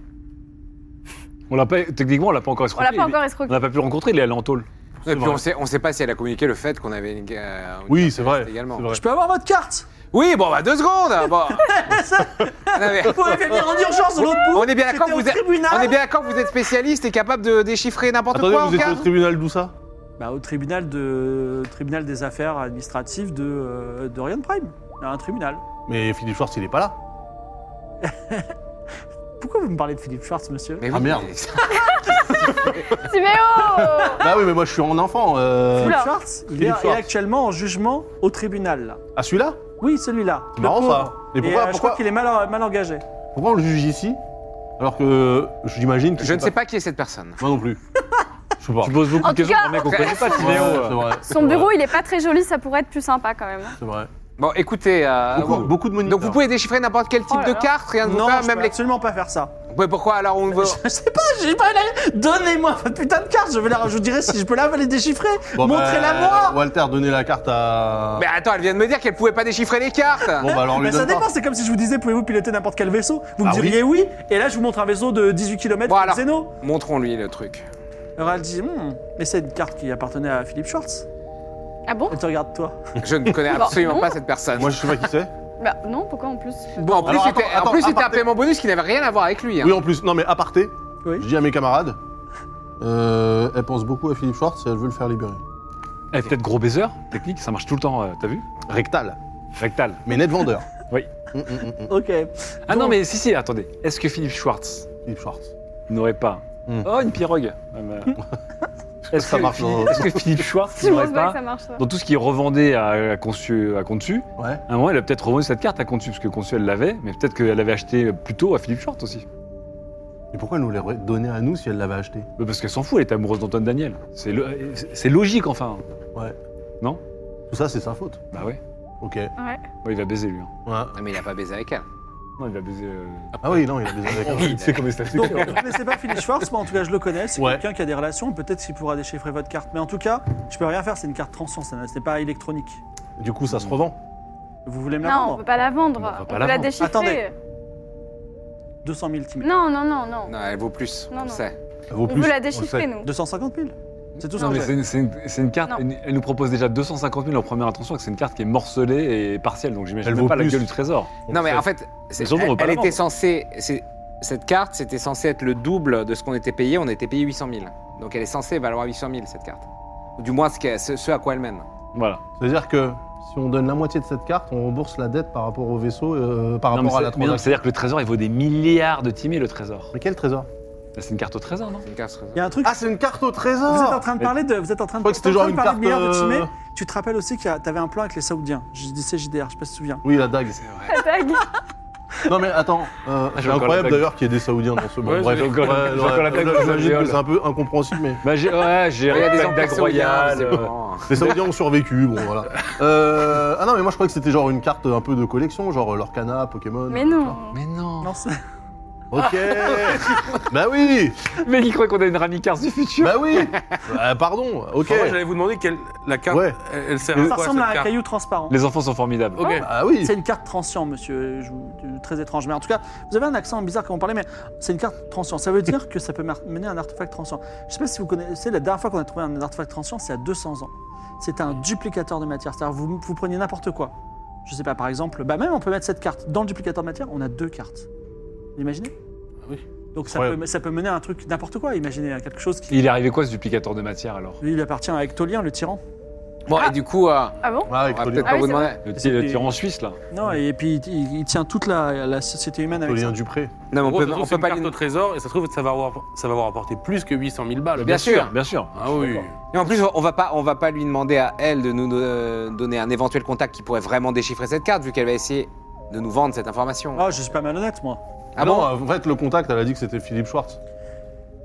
On l'a pas, techniquement, on l'a pas encore On escroqué. l'a pas encore On escroqué. n'a pas pu le rencontrer, il est allé en tôle. Et puis, vrai. on sait, on sait pas si elle a communiqué le fait qu'on avait une. euh, une Oui, c'est vrai. également. c'est vrai. Je peux avoir votre carte Eh, Oui, bon, bah, deux secondes bon. Non, mais- Vous m'avez fait venir en urgence de l'autre bout. On est bien d'accord que J'étais au vous êtes. tribunal. On est bien d'accord que vous êtes spécialiste et capable de déchiffrer n'importe Attendez, quoi en vous étiez au cas tribunal d'où ça Bah, au tribunal, de, tribunal des affaires administratives de, euh, de Ryan Prime. Il y a un tribunal. Mais Philippe Schwartz, il est pas là. Pourquoi vous me parlez de Philippe Schwartz, monsieur Mais Ah, merde. mais- Timéo Bah oui, mais moi je suis en enfant. euh, Oula. Philippe Schwartz, il est, Philippe il est Schwartz. actuellement en jugement au tribunal. Là. Ah, celui-là Oui, celui-là. C'est Le marrant ça. pauvre. Et Et, pourquoi, euh, je pourquoi, crois qu'il est mal, mal engagé. pourquoi on le juge ici Alors que euh, j'imagine que. Je c'est ne sais pas qui est cette personne. Moi non plus. Je sais pas. Tu poses beaucoup En de tout questions cas- pour un mec qu'on connaît pas, Ouais, Timéo. c'est vrai, c'est Son vrai, bureau, il est pas très joli, ça pourrait être plus sympa quand même. C'est vrai. Bon, écoutez. euh, Beaucoup, vous- beaucoup de moniteurs. Donc, vous pouvez déchiffrer n'importe quel type Oh là de là. carte, rien ne vous Non, fait, je même peux les. absolument pas faire ça. Ouais, pourquoi alors on veut. Je sais pas, j'ai pas la... Donnez-moi votre putain de carte, je vais la... Je vous dirai si je peux la la déchiffrer. Bon, bah, Montrez-la moi Walter, donnez la carte à. Mais attends, elle vient de me dire qu'elle pouvait pas déchiffrer les cartes Bon, bah alors lui Bah, ça donne dépend, pas. c'est comme si je vous disais pouvez-vous piloter n'importe quel vaisseau Vous me Ah oui. diriez oui. et là je vous montre un vaisseau de 18 km Bon, alors. Zeno. Montrons-lui le truc. Alors elle dit Hmm, mais c'est une carte qui appartenait à Philippe Schwartz. Ah bon Elle te regarde toi. Je ne connais Bon, absolument non. pas cette personne. Moi je sais pas qui c'est. Bah non, pourquoi en plus Bon, en plus, Alors, c'était- attends, en plus, attends, c'était un aparté. paiement bonus qui n'avait rien à voir avec lui. hein. Oui, en plus, non mais aparté, Oui. je dis à mes camarades, euh, elle pense beaucoup à Philippe Schwartz et elle veut le faire libérer. Eh, peut-être gros baiser, technique, ça marche tout le temps, euh, t'as vu Rectal, Rectal. mais net vendeur. Oui. Mm, mm, mm, mm. Ok. Ah Donc- non, mais si, si, attendez. Est-ce que Philippe Schwartz Philippe Schwartz. n'aurait pas. Hmm. Oh, une pirogue Ah, bah. Est-ce Ça que marche, Philippe- non. Est-ce que Philippe Schwartz Je pense n'aurait pas que pas. ça marche. ça. Dans tout ce qu'il revendait à, à Conçu, à Conçu, Ouais. à un moment, elle a peut-être revendu cette carte à Conçu, parce que Conçu, elle l'avait, mais peut-être qu'elle l'avait acheté plus tôt à Philippe Schwartz aussi. Mais pourquoi elle nous l'aurait donné à nous si elle l'avait acheté Mais Parce qu'elle s'en fout, elle est amoureuse d'Antoine Daniel. C'est lo- c'est logique, enfin. Ouais. Non Tout ça c'est sa faute. Bah ouais. Ok. Ouais. Ouais. Ouais, il va baiser, lui. hein. Ah, Mais il a pas baisé avec elle. Non, il va baiser. euh, Ah oui, non, il a des avec Tu sais comment il s'appelle Donc, vous ne connaissez pas Philippe Schwartz, moi en tout cas je le connais, c'est Ouais. quelqu'un qui a des relations, peut-être qu'il pourra déchiffrer votre carte. Mais en tout cas, je peux rien faire, c'est une carte transcendance, ça n'a- c'est pas électronique. Du coup, ça se revend. Vous voulez me la Non, on peut vendre pas la vendre. On peut pas On peut la la vendre. déchiffrer. Attendez. 200 000 Timéo. Non, non, non, non. Non, elle vaut plus. Non, on le non. sait. Elle vaut On plus, veut on la le déchiffrer, sait. nous. 250 000 C'est tout ce Non, que mais c'est j'ai. une, c'est une- c'est une carte. Non. Elle, elle nous propose déjà 250 000 en première intention, et que c'est une carte qui est morcelée et partielle, donc j'imagine Elle même vaut pas la plus. gueule du trésor. On Non, le mais sait. en fait, c'est- surtout, on veut elle, pas elle la était vendre. censée. c'est- Cette carte, c'était censé être le double de ce qu'on était payé. On était payé 800 000. Donc elle est censée valoir 800 000, cette carte. Ou du moins ce, qu'elle- ce- ce à quoi elle mène. Voilà. C'est-à-dire que si on donne la moitié de cette carte, on rembourse la dette par rapport au vaisseau, euh, par rapport à Non, mais c'est- la mais non, transaction. C'est-à-dire que le trésor, il vaut des milliards de timés, le trésor. Mais quel trésor Là, C'est une carte au trésor, non C'est une carte. Il y a un truc. Ah, c'est une carte au trésor Vous êtes en train de parler de. Vous êtes en train de, crois que c'était vous êtes en genre une train de parler carte, de milliards de euh, Timé. Tu te rappelles aussi que tu avais un plan avec les Saoudiens. JDC, JDR, je sais pas si tu te souviens. Oui, la dague. La dague. Non mais attends, euh, Ah, j'ai c'est encore la incroyable blague. d'ailleurs qu'il y ait des Saoudiens dans ce bon. Ouais, bref, j'ai encore- ouais, j'ai ouais, encore la blague de j'imagine que Saoudiens. c'est un peu incompréhensible, mais Bah, j'ai ouais, j'ai Il y a des regardé emplettes Dague royales. Royal. c'est euh, bon. les Saoudiens ont survécu, bon voilà. Euh, ah non mais moi je crois que c'était genre une carte un peu de collection, genre Lorcana, euh, Pokémon. Mais non. Mais non. Non, c'est- Ok Bah oui Mais il croit qu'on a une Ramicars du futur. Bah oui Bah, Pardon, ok. Moi, j'allais vous demander quelle la carte. Ouais. Elle, elle sert à Ça quoi ressemble cette à un carte caillou transparent. Les enfants sont formidables. Ok. Ah oui C'est une carte transient, monsieur. Je vous- je- Très étrange. Mais en tout cas, vous avez un accent bizarre quand vous parlez, mais c'est une carte transient. Ça veut dire que ça peut mar- mener un artefact transient. Je sais pas si vous connaissez, la dernière fois qu'on a trouvé un artefact transient, c'est à 200 ans. C'est un duplicateur de matière. C'est-à-dire, vous, vous preniez n'importe quoi. Je sais pas, par exemple, bah même on peut mettre cette carte. Dans le duplicateur de matière, on a deux cartes. Vous imaginez Ah Oui. Donc ça Incroyable. peut, ça peut mener à un truc n'importe quoi. Imaginez à quelque chose qui. Il est arrivé quoi ce duplicateur de matière alors Lui, il appartient à Ectolien, le tyran. Bon, et du coup, euh, Ah bon Ah, on va Hectolien peut-être pas Ah oui, vous c'est demander. Le ti- le tyran suisse là Non, et puis il, il tient toute la, la société humaine avec ça. Hectolien Dupré. Non, mais En on gros, ça se peut, trouve, on c'est peut une pas carte les- au trésor et ça se trouve que ça va avoir, ça va avoir apporté plus que 800 000 balles. Bien sûr. Bien sûr. Ah oui. Bah Et en plus, on va pas, on va pas lui demander à elle de nous euh, donner un éventuel contact qui pourrait vraiment déchiffrer cette carte, vu qu'elle va essayer de nous vendre cette information. Ah, je suis pas malhonnête, moi. Ah non, bon en fait, le contact, elle a dit que c'était Philippe Schwartz.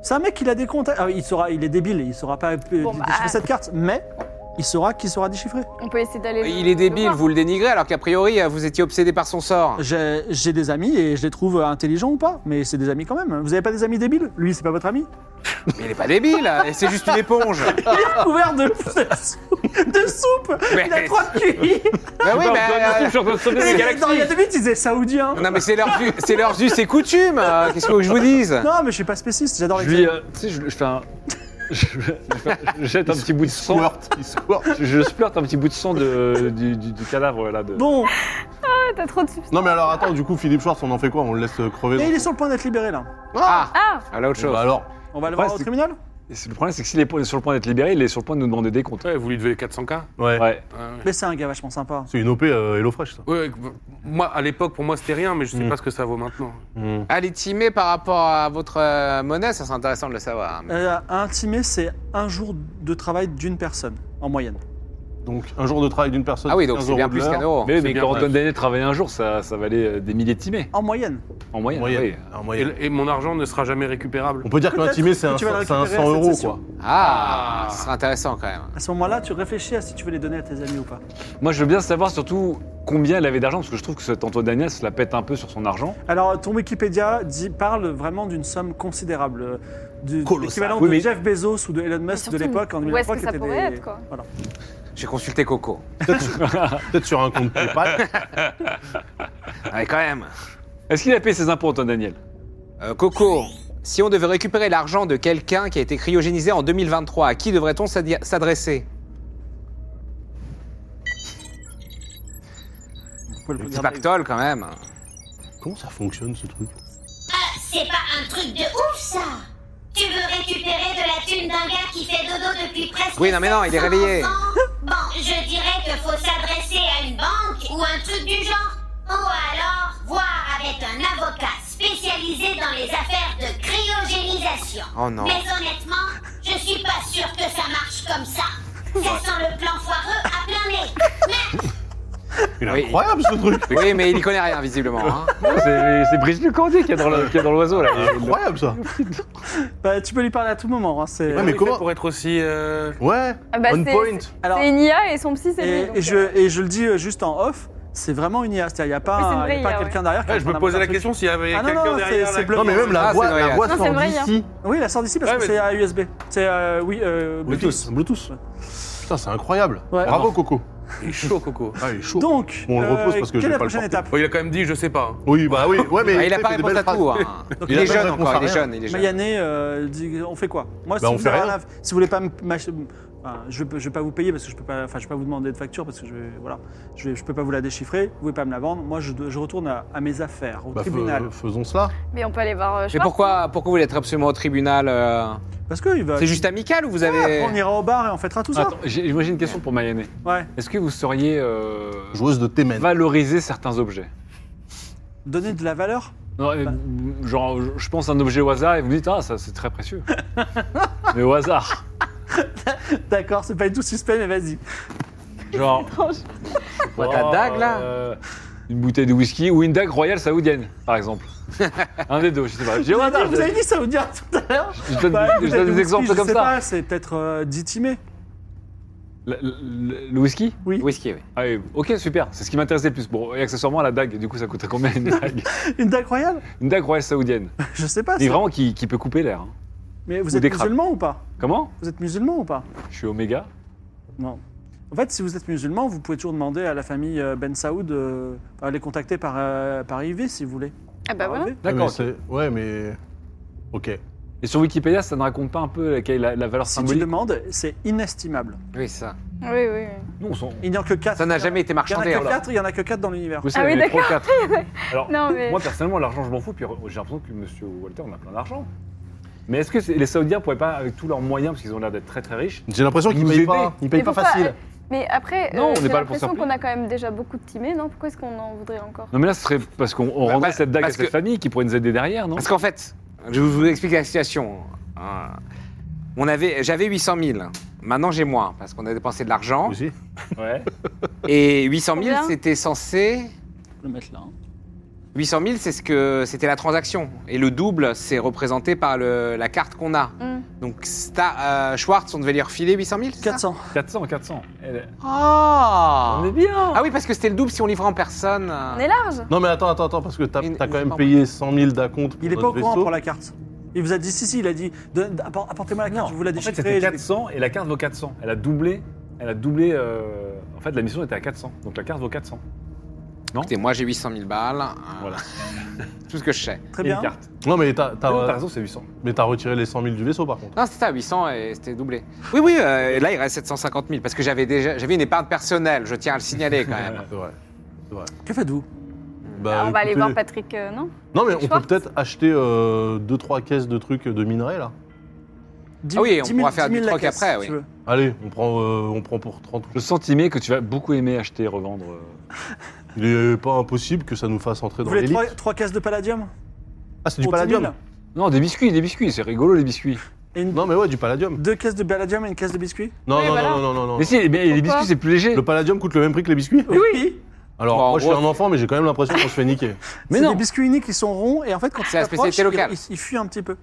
C'est un mec qui a des contacts. Ah, il, saura, il est débile, il saura pas euh, déchiffrer bah. cette carte, mais il saura qui saura déchiffrer. On peut essayer d'aller. le- Il est le débile, voir. vous le dénigrez, alors qu'a priori, euh, vous étiez obsédé par son sort. J'ai j'ai des amis et je les trouve euh, intelligents ou pas, mais c'est des amis quand même. Vous avez pas des amis débiles Lui, c'est pas votre ami Mais il est pas débile, euh, c'est juste une éponge. Ah. Couvert de, de soupe, de soupe. Il a Mais- trois QI bah oui, mais. euh, Et dans- Il y a deux minutes, il disait saoudien. Non, mais c'est leur, ju- c'est leur juste et coutume. euh, Qu'est-ce que vous voulez que je vous dise Non, mais je suis pas spéciste, j'adore les Je lui, euh, tu sais, je, je fais un. Je, je- je jette un petit bout de sang. Squirt, il squirt. Je, je splurte un petit bout de sang de, du, du- du cadavre là. De... Bon, Ah, T'as trop de substance. Non mais alors attends, du coup Philippe Schwartz, on en fait quoi On le laisse euh, crever et il dans- est sur le point d'être libéré là. Ah, Ah ah, là, autre chose. Bah alors, On va le Ouais, voir au c'est- tribunal Et c'est- le problème, c'est que s'il est pour- sur le point d'être libéré, il est sur le point de nous demander des comptes. Ouais, vous lui devez 400K ouais. Ouais. Ah ouais. Mais c'est un gars vachement sympa. C'est une OP euh, Hello Fresh ça. Ouais, ouais, moi, à l'époque, pour moi, c'était rien, mais je sais Mm. pas ce que ça vaut maintenant. Hmm. Ah, les timés par rapport à votre euh, monnaie, ça c'est intéressant de le savoir. Euh, intimer, c'est un jour de travail d'une personne, en moyenne. Donc un jour de travail d'une personne. Ah oui, donc 15 c'est bien euros de plus qu'un l'heure. euro. Mais, c'est mais bien, quand ouais. Antoine Daniel travaillait un jour, ça, ça valait euh, des milliers de timés, En moyenne. en moyenne. Ah En moyenne. oui. En moyenne. Et, et mon argent ne sera jamais récupérable. On peut dire qu'un Peut-être timé c'est que un, tu vas le c'est un récupérer à 100 cette euros session. quoi. Ah, ce serait intéressant quand même. À ce moment-là, tu réfléchis à si tu veux les donner à tes amis ou pas. Moi, je veux bien savoir surtout combien il avait d'argent, parce que je trouve que cet Antoine Daniel se la pète un peu sur son argent. Alors, ton Wikipédia dit- parle vraiment d'une somme considérable. euh, Du, Colossal. L'équivalent Oui, de mais- Jeff Bezos ou de Elon Musk de surtout, l'époque en Où est-ce 2003 que qui ça étaient des... pourrait être quoi Voilà. J'ai consulté Coco. Peut-être sur un compte PayPal. Ouais, Ah, quand même. Est-ce qu'il a payé ses impôts, Antoine Daniel Euh, Coco, si on devait récupérer l'argent de quelqu'un qui a été cryogénisé en 2023, à qui devrait-on s'adi- s'adresser Vous pouvez le Le petit regarder. pactole quand même. Comment ça fonctionne ce truc Euh, c'est pas un truc de ouf ça Tu veux récupérer de la thune d'un gars qui fait dodo depuis presque Oui, non, mais non, il est 700 réveillé. ans Bon, je dirais que faut s'adresser à une banque ou un truc du genre. Ou alors voir avec un avocat spécialisé dans les affaires de cryogénisation. Oh non. Mais honnêtement, je suis pas sûre que ça marche comme ça. Ça sent le plan foireux à plein nez. Mais Il est Oui. incroyable ce truc Oui, mais il y connaît rien visiblement. hein. C'est c'est Brice Lucordi qui est dans le- qui est dans l'oiseau là. Incroyable ça Bah, tu peux lui parler à tout moment. hein, c'est- Ouais, mais mais comment comment- pour être aussi euh, Ouais Ah bah, On c'est- point Alors, C'est une IA et son psy, c'est lui. et, donc, et je, euh, et je le dis euh, juste en off, c'est vraiment une IA. C'est-à-dire, il n'y a pas, Oui, c'est un- une il y a vraie pas IA, quelqu'un derrière qui est en ouais, Eh, je train me posais d'inventer la un question truc. s'il y avait Ah non, quelqu'un non, derrière. c'est- là, c'est qui- bleu. Non mais même Ah, la c'est voix, la vrai, voix hein. Non, sort c'est vrai, d'ici. Oui, la sort d'ici parce Ouais, que mais- c'est à USB. C'est euh, oui, euh, Bluetooth. Bluetooth. Bluetooth. Putain, c'est incroyable. Ouais. Bravo Coco. Il est chaud, Coco. Ah, il est chaud. Donc, Bon, on le repose euh, parce que quelle je vais est la pas le prochaine porter. étape Bon, il a quand même dit, je sais pas. hein. Oui, bah oui, ouais, mais Ah, il a fait pas des répondu belles à phrases. tout. hein. Donc, Il a est pas jeune répondu encore, à il est rien. jeune, il est jeune. Mayané, euh, dit, on fait quoi Moi, si, Bah, vous on fait n'avez rien. à- si vous voulez pas me, m'ach- enfin, je ne vais pas vous payer parce que je peux pas, enfin, je peux pas vous demander de facture parce que je vais, voilà, je, vais- je peux pas vous la déchiffrer. Vous pouvez pas me la vendre. Moi, je, dois- je retourne à, à mes affaires, au Bah, fe- tribunal. faisons cela. Mais on peut aller voir. euh, Mais Schwartz. pourquoi, pourquoi vous voulez être absolument au tribunal euh, Parce que il va. C'est juste amical ou vous avez. Après, on ira au bar et on fêtera tout ça. Attends, j'ai moi, j'ai une question pour Mayané. Ouais. Est-ce que vous sauriez euh, Joueuse de Témen. valoriser certains objets Donner de la valeur. Non, euh, Bah. genre, je- je pense à un objet au hasard et vous me dites, ah, ça c'est très précieux. mais au hasard. D'accord, c'est pas du tout suspect, mais vas-y. Genre. Quoi, ta Oh, dague, là euh, Une bouteille de whisky ou une dague royale saoudienne, par exemple. un des deux, je sais pas. Je dis au Vous avez hasard, dit- je- vous avez dit ça au dire tout à l'heure. je donne, Bah, je peut-être donne le des whisky, exemples je comme sais ça. pas, C'est peut-être euh, ditimé. Le, le- le whisky Oui. Whisky, oui. Ah oui, Ok, super, c'est ce qui m'intéressait le plus. Bon, et accessoirement, la dague, du coup, ça coûterait combien une dague Une dague royale Une dague royale saoudienne. Je sais pas. Mais ça. vraiment qui, qui peut couper l'air. hein. Mais vous ou êtes des crabes. musulman ou pas Comment Vous êtes musulman ou pas Je suis Oméga. Non. En fait, si vous êtes musulman, vous pouvez toujours demander à la famille euh, Ben Saoud, euh, à les contacter par, euh, par IV si vous voulez. Ah bah Par voilà. IV. D'accord. Mais ok. c'est- Ouais, mais. Ok. Et sur Wikipédia, ça ne raconte pas un peu quelle est la, la valeur Si tu symbolique demandes, c'est inestimable. Oui, c'est ça. Oui, oui, oui. Nous, on s'en- Il n'y en a que 4. Ça n'a jamais été Il y en a marchandé. que alors. quatre, il y en a que 4 dans l'univers. Vous Ah oui, savez, il y a trois, quatre. Alors, Non, mais- moi, personnellement, l'argent, je m'en fous. Puis j'ai l'impression que monsieur Walter, on a plein d'argent. Mais est-ce que c'est- les Saoudiens pourraient pas, avec tous leurs moyens, parce qu'ils ont l'air d'être très très riches, J'ai l'impression qu'ils Vous payent aidez. pas. Ils Mais payent pas pourquoi- facile. Mais après, Non, on euh, n'est j'ai pas là pour se l'impression faire qu'on a quand même déjà beaucoup de timés, non Pourquoi est-ce qu'on en voudrait encore Non mais là ce serait parce qu'on on Bah, rendrait bah, cette dague à parce cette que- famille qui pourrait nous aider derrière, non Parce qu'en fait, je vous explique la situation. hein. On avait, j'avais 800 000. Maintenant, j'ai moins parce qu'on a dépensé de l'argent. Aussi. Ouais. Et 800 000, Combien c'était censé. Je vais le mettre là. hein. 800 000, c'est ce que c'était la transaction. Et le double, c'est représenté par le- la carte qu'on a. Hmm. Donc, Sta- euh, Schwartz, on devait lui refiler 800 000 c'est ça 400. 400, 400. Elle- Ah On est bien. Ah oui, parce que c'était le double si on livrait en personne. On est large Non, mais attends, attends, attends, parce que t'as Il- t'as il quand est même pas payé 100 000 d'acompte pour Il est pas notre au courant vaisseau. pour la carte. Il vous a dit si, si, il a dit de- de- appor- apportez-moi la carte, je vous la en fait, déchiffrer. c'était 400 et la carte vaut 400. Elle a doublé. Elle a doublé. euh, En fait, la mission était à 400. Donc la carte vaut 400. Écoutez, moi, j'ai 800 000 balles. euh, Voilà. Tout ce que je sais. Très et bien. une carte. Non, mais t'as Ah, non, t'as t'as- raison, c'est 800. mais t'as retiré les 100 000 du vaisseau, par contre. Non, c'est ça, 800 et c'était doublé. Oui, oui, euh, et là, il reste 750 000 parce que j'avais déjà j'avais une épargne personnelle, je tiens à le signaler quand même. C'est vrai. C'est vrai. Que faites-vous Bah, Ah, On va aller écoutez- voir Patrick, euh, non Non, mais on peut Schwartz. peut-être acheter 2-3 caisses de trucs de minerais, là. Dix- Ah oui, on 10 000 pourra faire 10 000 du la troc caisse, après, si oui. tu veux. Allez, on prend, euh, on prend pour 30. Je sens Timé que tu vas beaucoup aimer acheter et revendre. euh. Il est pas impossible que ça nous fasse entrer Vous dans voulez l'élite. 3, caisses de palladium Ah, c'est du Pour 10 000. palladium Non, des biscuits, des biscuits. C'est rigolo les biscuits. Et une- Non, mais ouais, du palladium. Deux caisses de palladium et une caisse de biscuits Non, Oui, non, voilà. non, non, non, non. Mais si, mais les Pourquoi biscuits c'est plus léger. Le palladium coûte le même prix que les biscuits Oui Alors, Bon, Bah, en moi, je suis gros, un enfant, mais j'ai quand même l'impression qu'on se fait niquer. Mais C'est non. des biscuits uniques, ils sont ronds et en fait, quand ils C'est la t'approchent, spécialité locale. Ils, ils fuient un petit peu.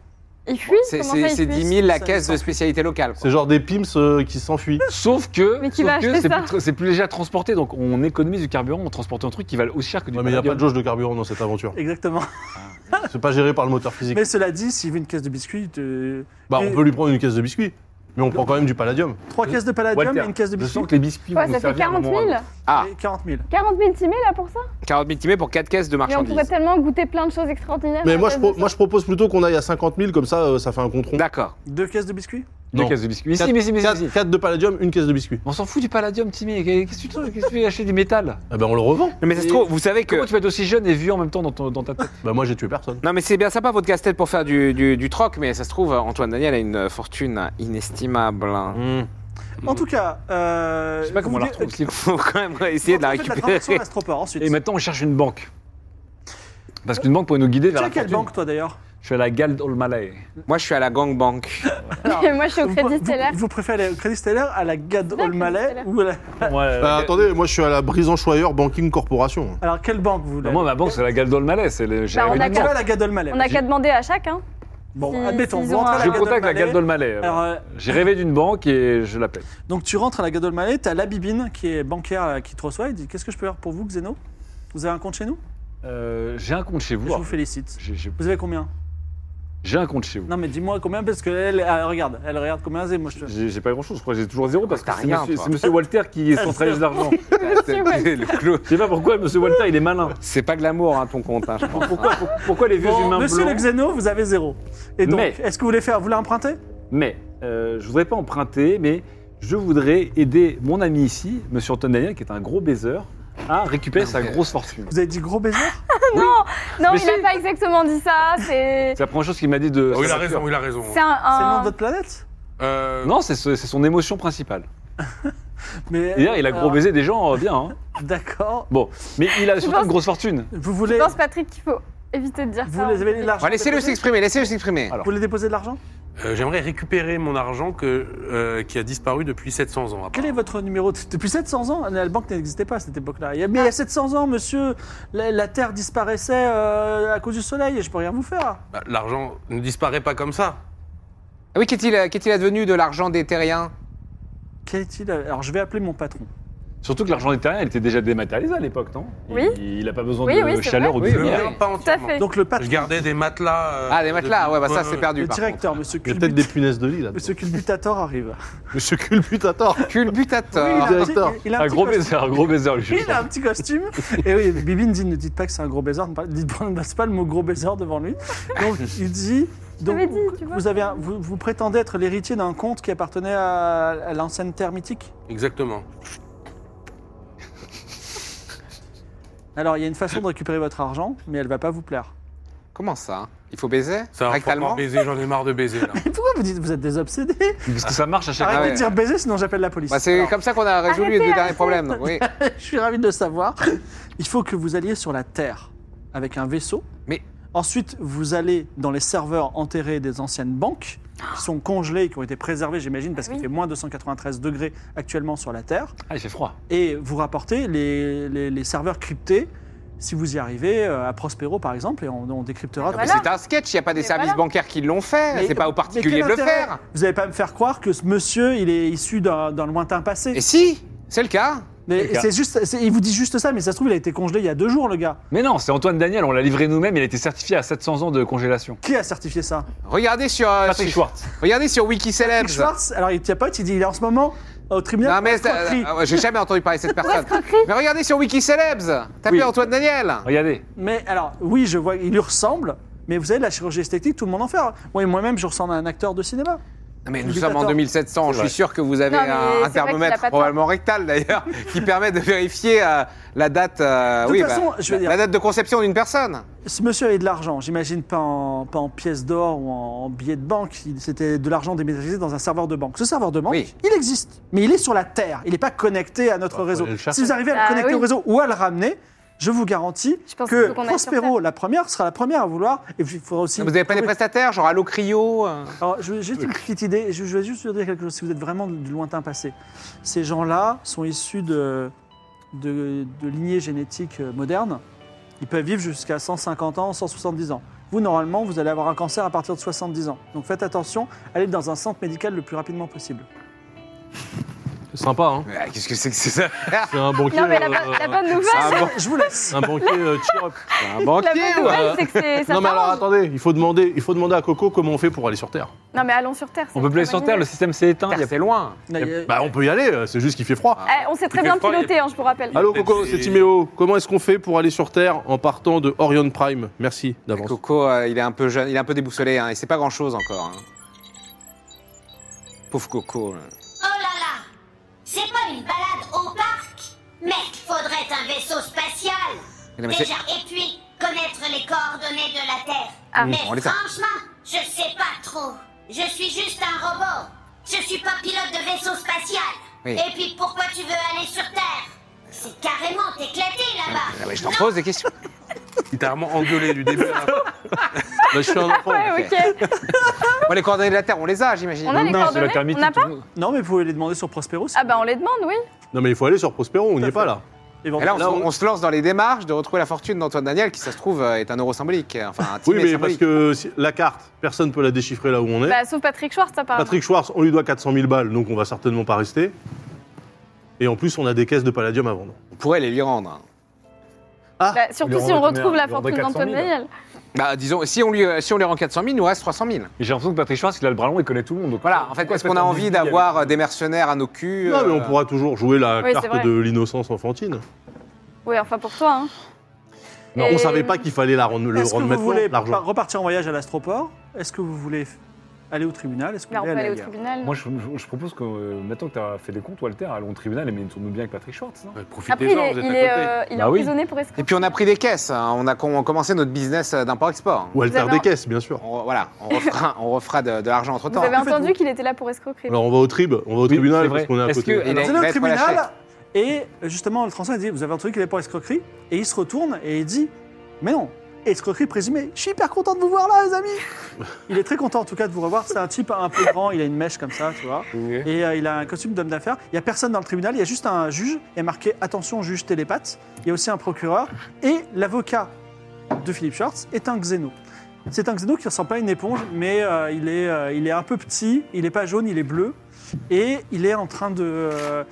Il fuit C'est Comment ça, c'est- il c'est fuit 10 000 la Ça, caisse ça. de spécialité locale. quoi. C'est genre des pims euh, qui s'enfuient. Sauf que, Mais qui sauf va que acheter c'est ça plus, tr- c'est plus léger à transporter, donc on économise du carburant en transportant un truc qui valent aussi cher que du Ouais, mais il n'y a pas palladium. de jauge de carburant dans cette aventure. Exactement. C'est pas géré par le moteur physique. Mais cela dit, s'il veut une caisse de biscuits, de- Bah, Et- on peut lui prendre une caisse de biscuits, mais on prend quand même du palladium. trois caisses de palladium Walter, et une caisse de Je biscuits sens que les biscuits Quoi, vont ça nous fait servir à un 40 moment ou à 000 un autre. Ah, et 40 000. 40 000 timés là pour ça 40 000 timés pour 4 caisses de Mais on pourrait marchandises. tellement goûter plein de choses extraordinaires. Mais à moi je, base pro- de moi, ça. je propose plutôt qu'on aille à 50 000, comme ça, euh, ça fait un compte rond. D'accord. Deux caisses de biscuits Deux Non. caisses de biscuits. Mais Quatre- si, mais si, mais si, quatre- mais si. quatre de palladium, une caisse de biscuits. On s'en fout du palladium, Timmy. Qu'est-ce que tu trouves Qu'est-ce que tu fais acheter du métal Eh ben, on le revend. Mais ça se Et- trouve, vous savez que. Comment tu vas être aussi jeune et vieux en même temps dans, ton- dans ta tête Bah, moi, j'ai tué personne. Non, mais c'est bien sympa votre casse-tête pour faire du, du- du troc, mais ça se trouve, Antoine Daniel a une fortune inestimable. hein. Mm. En tout cas, euh, Je sais pas comment on vous la dites- retrouve. ce livre. Faut quand même essayer de la Vous faites traduction à récupérer. l'astroport ensuite. Et maintenant, on cherche une banque. Parce qu'une banque pourrait nous guider tu vers es à la quelle fortune. banque toi d'ailleurs Je suis à la Gald All Malay. Moi, je suis à la gang bank. Et moi je suis au vous, crédit vous- stellaire. vous préférez le Crédit Stellaire à la Gad Non, Crédit Malais Stellaire. ou à la... Euh, Bah, Moi, attendez, moi, je suis à la Brisanchoyeur Banking Corporation. Alors quelle banque vous voulez ma banque, c'est la Gald All Malay. C'est le- j'ai Bah, on une a On va banque. à la Gad Malais. On a qu'à demander à hein. chacun. Bon, si- admettons, s'ils vous ont rentrez à un- la Je Gad contacte la Malais. Gald All Malay. Alors, euh, J'ai rêvé d'une banque et je l'appelle. donc tu rentres à la Gad Malais, t'as la Bibine qui est bancaire là, qui te reçoit, il dit qu'est-ce que je peux faire pour vous Xeno Vous avez un compte chez nous Euh, J'ai un compte chez vous. Je vous félicite. J'ai- j'ai- Vous avez combien J'ai un compte chez vous. Non mais dis-moi combien parce que elle, elle regarde, elle regarde combien c'est moi je te... J'ai j'ai pas grand chose, je crois que j'ai toujours zéro parce que T'as c'est rien, monsieur, toi. c'est monsieur Walter qui centralise l'argent. Le clou- Je sais pas pourquoi monsieur Walter il est malin. C'est pas glamour, hein, ton compte, hein, je pense. Pourquoi, pour- pourquoi les vieux Bon, humains monsieur le blancs Xeno, vous avez zéro. Et donc, Mais- est-ce que vous voulez faire Vous voulez emprunter Mais euh, je voudrais pas emprunter, mais je voudrais aider mon ami ici, monsieur Anton Daniel, qui est un gros baiser, à Ah, récupérer sa grosse fortune. Vous avez dit gros baiser Non, Mais il n'a si. pas exactement dit ça. C'est C'est la première chose qu'il m'a dit de. Oh, il sa a voiture. raison, il a raison. c'est un. C'est le nom un- de votre planète Euh, Non, c'est ce- c'est son émotion principale. Mais D'ailleurs, il a gros alors, baisé des gens euh, bien. hein. D'accord. Bon, mais il a surtout penses- une grosse fortune. Vous Je voulez, pense Patrick qu'il faut éviter de dire vous ça. hein. les avez de l'argent Bon, laissez-le déposé s'exprimer, laissez-le s'exprimer. Alors. Vous voulez déposer de l'argent euh, J'aimerais récupérer mon argent que, euh, qui a disparu depuis 700 ans. Quel est apparemment. votre numéro de- Depuis 700 ans, la banque n'existait pas à cette époque-là. Il y a- Mais Ah. il y a 700 ans, monsieur, la, la Terre disparaissait euh, à cause du soleil et je peux rien vous faire. Bah, L'argent ne disparaît pas comme ça. Ah Oui, qu'est-il euh, qu'est-il advenu de l'argent des terriens Qu'est-il à- Alors je vais appeler mon patron. Surtout que l'argent des terriens, il était déjà dématérialisé à l'époque, non Il- Oui. Il n'a pas besoin Oui, de oui, c'est vrai. chaleur ou de Eh Oui, lumière. Non, pas Tout à entièrement. fait. Donc le patron, Je gardais des matelas. euh, Ah, des matelas, depuis- ouais, bah ça Ouais, c'est ouais. perdu le par contre. directeur, monsieur Il y a peut-être Culbut- des punaises de lit là. monsieur Culbutator arrive. Monsieur Culbutator. Oui, Culbutator. il a un petit- directeur. il a Un petit gros costume. baiser, un gros baiser, lui. je Il a un sens. petit costume. Et oui, Bibine dit ne dites pas que c'est un gros baiser, ne parlez- dites pas, ne passe pas le mot gros baiser devant lui. Donc il dit. donc, t'avais dit, tu vois. vous, avez un- vous, vous prétendez être l'héritier d'un comte qui appartenait à, à l'ancienne terre mythique Exactement. Alors il y a une façon de récupérer votre argent, mais elle va pas vous plaire. Comment ça hein Il faut Ça baiser va falloir Rectalement baiser, j'en ai marre de baiser là. Oh Pourquoi vous dites vous êtes des obsédés Parce que ça marche à chaque Ah. Arrêtez Ah ouais. de dire baiser, sinon j'appelle la police. Bah, C'est Alors, comme ça qu'on a résolu les Arrêtez, deux derniers arrêtez. problèmes. Oui. Je suis ravi de le savoir. Il faut que vous alliez sur la Terre avec un vaisseau. Mais- Ensuite, vous allez dans les serveurs enterrés des anciennes banques, qui sont congelés, qui ont été préservés, j'imagine, parce qu'il Oui. fait moins 293 degrés actuellement sur la Terre. Ah, il fait froid. Et vous rapportez les, les- les serveurs cryptés, si vous y arrivez, euh, à Prospero par exemple, et on, on décryptera. Non, tout mais Voilà. C'est un sketch, il n'y a pas des Mais services voilà. bancaires qui l'ont fait, Mais- Ah, c'est pas aux mais particuliers de quel le intérêt faire. Vous n'allez pas me faire croire que ce monsieur, il est issu d'un d'un lointain passé. Et si, c'est le cas. mais d'accord. c'est juste, c'est- il vous dit juste ça, mais ça se trouve, il a été congelé il y a deux jours, le gars. Mais non, c'est Antoine Daniel, on l'a livré nous-mêmes, il a été certifié à 700 ans de congélation. Qui a certifié ça Regardez sur, euh, Patrick sur, Schwartz. regardez sur Wikicelebs. Patrick Schwartz, alors il tient pote, il dit il est en ce moment au tribunal. Non mais pour escroquerie. euh, euh, j'ai jamais entendu parler de cette personne. Mais regardez sur Wikicelebs. Tapez Oui. Antoine Daniel. Regardez. Mais alors, oui, je vois, il lui ressemble, mais vous savez, la chirurgie esthétique, tout le monde en fait. Moi, moi-même, je ressemble à un acteur de cinéma. Mais nous Obligatoire. sommes en 2700, je vrai. suis sûr que vous avez Non, mais c'est un, un vrai qu'il a thermomètre, pas tort. probablement rectal d'ailleurs, qui permet de vérifier euh, la date. euh, De toute oui, façon, je veux la, dire- la date de conception d'une personne. Ce monsieur avait de l'argent, j'imagine pas en, pas en pièces d'or ou en, en billets de banque, Il- c'était de l'argent déménagé dans un serveur de banque. Ce serveur de banque, Oui. il existe, mais il est sur la Terre, il n'est pas connecté à notre Bah, faut réseau. aller le chercher. Si vous arrivez à le Ah, connecter oui. au réseau ou à le ramener, je vous garantis Je pense qu'il que faut qu'on aille sur Prospero, Terre. la première, sera la première à vouloir. Et puis, il faudra aussi. Vous n'avez Ah pas des prestataires, genre Allo Cryo euh, Alors, je veux juste une petite idée, je, je vais juste vous dire quelque chose, si vous êtes vraiment du lointain passé. Ces gens-là sont issus de, de, de lignées génétiques euh, modernes. Ils peuvent vivre jusqu'à 150 ans, 170 ans. Vous, normalement, vous allez avoir un cancer à partir de 70 ans. Donc faites attention, allez dans un centre médical le plus rapidement possible. C'est sympa, hein. mais, ah, Qu'est-ce que c'est que c'est ça C'est un banquier. Non, Ah, mais la, euh, bonne- la bonne nouvelle, Ah, bon, Je vous laisse. Un banquier euh, cheer-up. Un la banquier bonne ou un- nouvelle, c'est que c'est ça Non, mais alors s'arrange. attendez, il faut demander, il faut demander à Coco comment on fait pour aller sur Terre. Non, mais allons sur Terre. c'est On peut une plaire bonne sur Terre, le idée. système s'est éteint. il y a- C'est loin. Non, il y a- Bah, on peut y aller, euh, c'est juste qu'il fait froid. Eh, on s'est très Il bien fait froid, piloté, hein, je vous rappelle. Allô Coco, c'est Timéo. Comment est-ce qu'on fait pour aller sur Terre en partant de Orion Prime Merci d'avance. Coco, euh, il est un peu jeune, il est un peu déboussolé, hein, il sait pas grand chose encore. hein. Pauvre Coco. euh. là. Oh là là C'est pas une balade au parc Mec, faudrait un vaisseau spatial Non, mais c'est- Déjà, et puis, connaître les coordonnées de la Terre. Ah. mais Mmh, on les a. franchement, je sais pas trop. Je suis juste un robot. Je suis pas pilote de vaisseau spatial. Oui. Et puis, pourquoi tu veux aller sur Terre C'est carrément éclaté là-bas. Ah, mais je t'en pose des questions. Il t'a vraiment engueulé du début à la fin. Bah, je suis un enfant. Ouais, ok. Bon, les coordonnées de la Terre, on les a, j'imagine. Hein. On a les Non, c'est la coordonnées termite. On n'a tout pas le monde. non, mais vous pouvez les demander sur Prospero. si Ah, vous bah, on voulez. les demande, oui. Non mais il faut aller sur Prospero, on n'y est pas là. Et là, on, Éventuellement. se- on se lance dans les démarches de retrouver la fortune d'Antoine Daniel, qui, ça se trouve, euh, est un euro symbolique. euh, Enfin, un Oui timé mais parce symbolique. que si- la carte, personne ne peut la déchiffrer là où on est. Bah, sauf Patrick Schwartz, apparemment. Patrick Schwartz, on lui doit 400 000 balles, donc on va certainement pas rester. Et en plus, on a des caisses de palladium à vendre. On pourrait les lui rendre. hein. Bah, surtout Il si on rendrait retrouve combien la Il rendrait fortune 400 d'Antoine 000. Daniel. Bah, disons, si on, lui, euh, si on lui rend 400 000, il nous reste 300 000. Et J'ai l'impression que Patrick Schwartz, il a le bras long, il connaît tout le monde. donc- Voilà, en fait, Pourquoi est-ce qu'on a fait un envie big d'avoir avec- euh, des mercenaires à nos culs Non mais on euh, pourra toujours jouer la Oui, c'est vrai. carte de l'innocence enfantine. Oui, enfin pour toi. Hein. Non, Et- on savait pas qu'il fallait la rendre, le Est-ce que rendre vous maintenant, voulez l'argent. par- repartir en voyage à l'astroport Est-ce que vous voulez f- aller au tribunal Est-ce que Là, vous Bah, on voulez peut aller aller au ailleurs tribunal. Moi, je, je- je propose que euh, maintenant que tu as fait des comptes, Walter, allons au tribunal et mettons-nous bien avec Patrick Schwartz. hein. non Ouais, Après, il Profitez-en, est, vous êtes il à est, côté. euh, il est Bah oui. emprisonné pour escroc. Et puis on a pris des caisses. hein, On a com- commencé notre business euh, d'import-export. Walter Vous avez- Descaisses, bien sûr. On re- Voilà, on refera, on refera de, de l'argent entre Vous temps. avez Que entendu faites-vous qu'il était là pour escroquerie. Alors on va au trib, on va au Oui, c'est tribunal vrai. parce qu'on est à Est-ce côté. que- Il Vous est- allez au va être relâché. tribunal et euh, justement le transfert il dit vous avez entendu qu'il est pour escroquerie et il se retourne et il dit mais non escroquerie présumée je suis hyper content de vous voir là les amis il est très content en tout cas de vous revoir c'est un type un peu grand il a une mèche comme ça tu vois et euh, il a un costume d'homme d'affaires il y a personne dans le tribunal il y a juste un juge il y a marqué attention juge télépathe il y a aussi un procureur et l'avocat de Philippe Schwartz est un xéno c'est un xéno qui ressemble pas à une éponge mais euh, il est euh, il est un peu petit il est pas jaune il est bleu Et il est en train de. euh,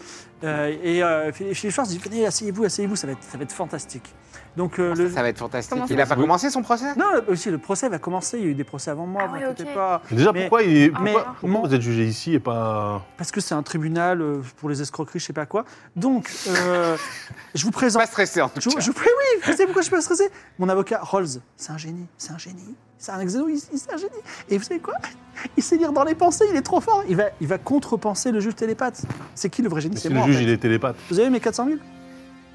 euh, et euh, Philippe Schwartz dit Venez, asseyez-vous, asseyez-vous, ça, va être- ça va être fantastique. Donc, euh, le... Ah, Ça va être fantastique. Comment ça Il n'a pas Oui. commencé son procès Non, le- aussi, le procès va commencer. Il y a eu des procès avant moi, Ah vous oui, inquiétez ok. pas. Mais Déjà, Mais- pourquoi, il est- pourquoi- mais- pourquoi mon- vous êtes jugé ici et pas. Parce que c'est un tribunal euh, pour les escroqueries, je sais pas quoi. Donc, euh, je vous présente. Pas stressé en tout Je, cas. je- oui, oui, vous savez pourquoi je suis pas stressé Mon avocat, Rolls, c'est un génie, c'est un génie, c'est un exéno, il- il- c'est un génie. Et vous savez quoi Il sait lire dans les pensées, il est trop fort. Il va, il va contrepenser le juge télépathe. C'est qui le vrai génie Mais C'est si moi. en le juge, fait. il est télépathe. Vous avez mes 400 000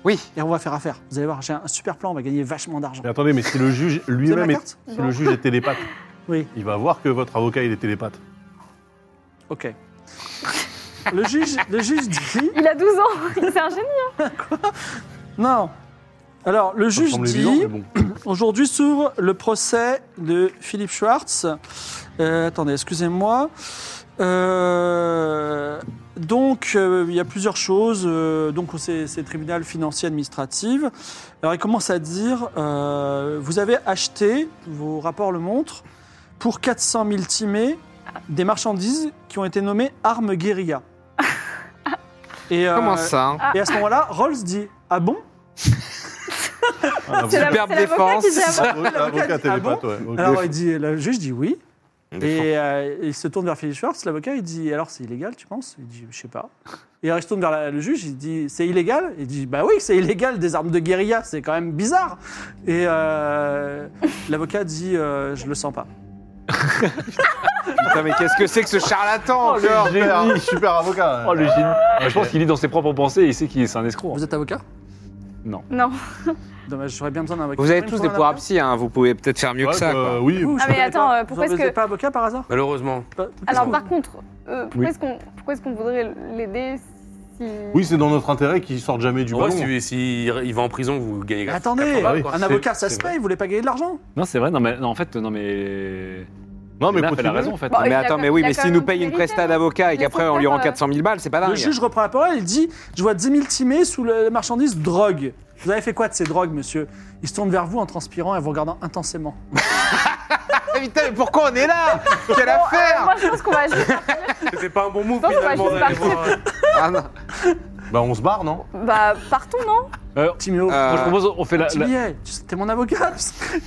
Oui. Et on va faire affaire. Vous allez voir, j'ai un super plan, on va gagner vachement d'argent. Mais attendez, mais si le juge Vous avez lui-même ma est, carte si le juge est télépathe, Oui. il va voir que votre avocat, il est télépathe. Ok. Le juge, le juge dit. Il a 12 ans, c'est un génie. Non. Alors, le Ça juge semble dit. évident, mais bon. Aujourd'hui s'ouvre le procès de Philippe Schwartz. Euh, attendez, excusez-moi. Euh, donc, euh, il y a plusieurs choses. Euh, donc, c'est c'est le tribunal financier administratif. Alors, il commence à dire euh, vous avez acheté, vos rapports le montrent, pour 400 000 timés, des marchandises qui ont été nommées armes guérilla. Et, euh, Comment ça hein et à ce moment-là, Rolls dit ah bon Ah, C'est la- avocat- Superbe c'est l'avocat qui dit défense. avant. avocat- Ah Avocat télépathe, ouais. Ok. Alors, il dit, le juge dit oui. Défense. Et euh, il se tourne vers Philippe Schwartz, l'avocat, il dit Alors c'est illégal, tu penses Il dit Je sais pas. Et alors il se tourne vers la- le juge, il dit C'est illégal Il dit Bah oui, c'est illégal, des armes de guérilla, c'est quand même bizarre. Et euh, l'avocat dit euh, Je le sens pas. Putain, mais qu'est-ce que c'est que ce charlatan Oh, le encore génie. Ah, Super avocat. Oh, le génie. Je pense qu'il est dans ses propres pensées et il sait qu'il est c'est un escroc. Vous êtes avocat Non. Dommage, j'aurais bien besoin d'un avocat. Vous avez Une tous fois des un pouvoirs avocat psy, hein. vous pouvez peut-être faire mieux Ouais, que ça. bah, hein. Quoi. oui, Vous, oui. je Ah, mais connais attends, pas. euh, pourquoi Vous en est-ce êtes que- pas avocat par hasard Malheureusement. Pas- pourquoi est-ce Alors que- par contre, euh, pourquoi Oui. est-ce qu'on pourquoi est-ce qu'on voudrait l'aider si Oui, c'est dans notre intérêt qu'il sorte jamais du En vrai, ballon. si, si il va en prison, vous gagnez Mais grave. Ah, Attendez, Ah, Bah oui. un C'est- avocat ça c'est se vrai. paye, vous voulez pas gagner de l'argent Non, c'est vrai. Non, mais non, en fait, non, mais. Non, mais Bah, Là, elle a continue. raison, en fait. Bon, Non, Mais Oh, il a attends, quand- mais oui, il a mais quand s'il même nous paye une mérité, presta non d'avocat et Les qu'après on lui rend sauveteurs, euh, 400 000 balles, c'est pas Le dingue. juge reprend la parole, il dit Je vois 10 000 timés sous le marchandise drogue. Vous avez fait quoi de ces drogues, monsieur Il se tourne vers vous en transpirant et vous regardant intensément. Ah, putain, mais pourquoi on est là Quelle Bon, euh, affaire Moi je pense qu'on va juste. C'était pas un bon move Non, on va finalement juste d'aller voir. euh. Ah, non. Bah, on se barre, non Bah partons non Timéo, Euh, Moi, je propose, on fait la. Tu la- y es, tu- t'es mon avocat.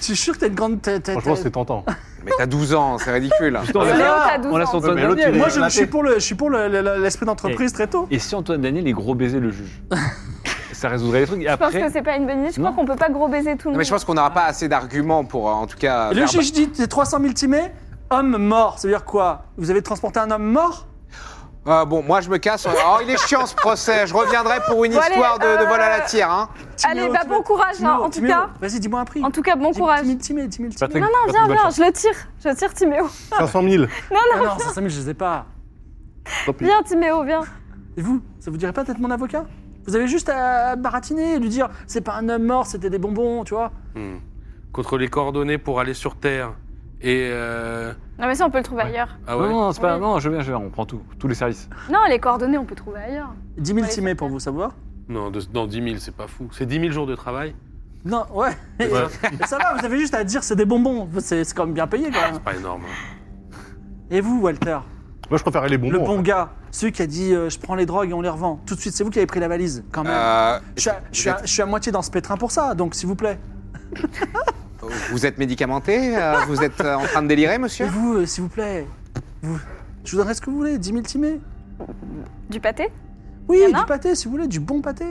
Tu es sûr que t'as une grande tête. t'as- Franchement, t'as- c'est tentant. Mais t'as 12 ans, c'est ridicule. on la- Léo t'as 12 on la ans. sent Ouais, mais l'autre, il est- Moi, je, la je suis tête. pour le, je suis pour le- le- le- l'esprit d'entreprise très tôt. Et si Antoine Daniel est gros baiser le juge Ça résoudrait les trucs. Et Je pense après, que c'est pas une bonne idée. Je crois Non. qu'on peut pas gros baiser tout Non, le monde. mais je pense qu'on n'aura pas assez d'arguments pour, euh, en tout cas. Et le faire- juge dit t'es 300 000 timés, homme mort. Ça veut dire quoi Vous avez transporté un homme mort Ah, bon, moi je me casse. Oh, il est chiant ce procès. Je reviendrai pour une Bon, allez, histoire de, de vol à la euh, tire. Hein. Allez, bah, bon courage, hein, en tout cas. Vas-y, dis-moi un prix. En tout cas bon 10 courage. 000 timés, 10 000 timés. Patrick- Non non Patrick viens Balchan. viens, je le tire, je le tire Timéo. 500 000. Ah non, 500 000, je les ai pas. Viens Timéo viens. Et vous, ça vous dirait pas d'être mon avocat Vous avez juste à baratiner et lui dire c'est pas un homme mort, c'était des bonbons, tu vois. Hmm. Contre les coordonnées pour aller sur Terre. Et. euh, Non mais ça on peut le trouver Ouais. ailleurs. Ah Non, ouais non, non, c'est pas. Oui. Non, je viens, je viens, on prend tout, tous les services. Non les coordonnées on peut trouver ailleurs. 10 000 Ouais, timés pour vous, ça vous va Non, de- non, 10 000, c'est pas fou. C'est 10 000 jours de travail. Non, ouais. Et ça va, vous avez juste à dire c'est des bonbons. C'est c'est quand même bien payé quand même. C'est pas énorme. hein. Et vous, Walter, Moi, je préférais les bonbons. le bon gars, celui qui a dit euh, je prends les drogues et on les revend. Tout de suite, c'est vous qui avez pris la valise quand même. Euh, je, suis à, je suis à- je suis à moitié dans ce pétrin pour ça, donc s'il vous plaît. vous êtes médicamenté euh, Vous êtes euh, en train de délirer, Et monsieur vous, euh, s'il vous plaît, vous- je vous donnerai ce que vous voulez, 10 000 timés. Du pâté Oui, Y en du a pâté, si vous voulez, du bon pâté.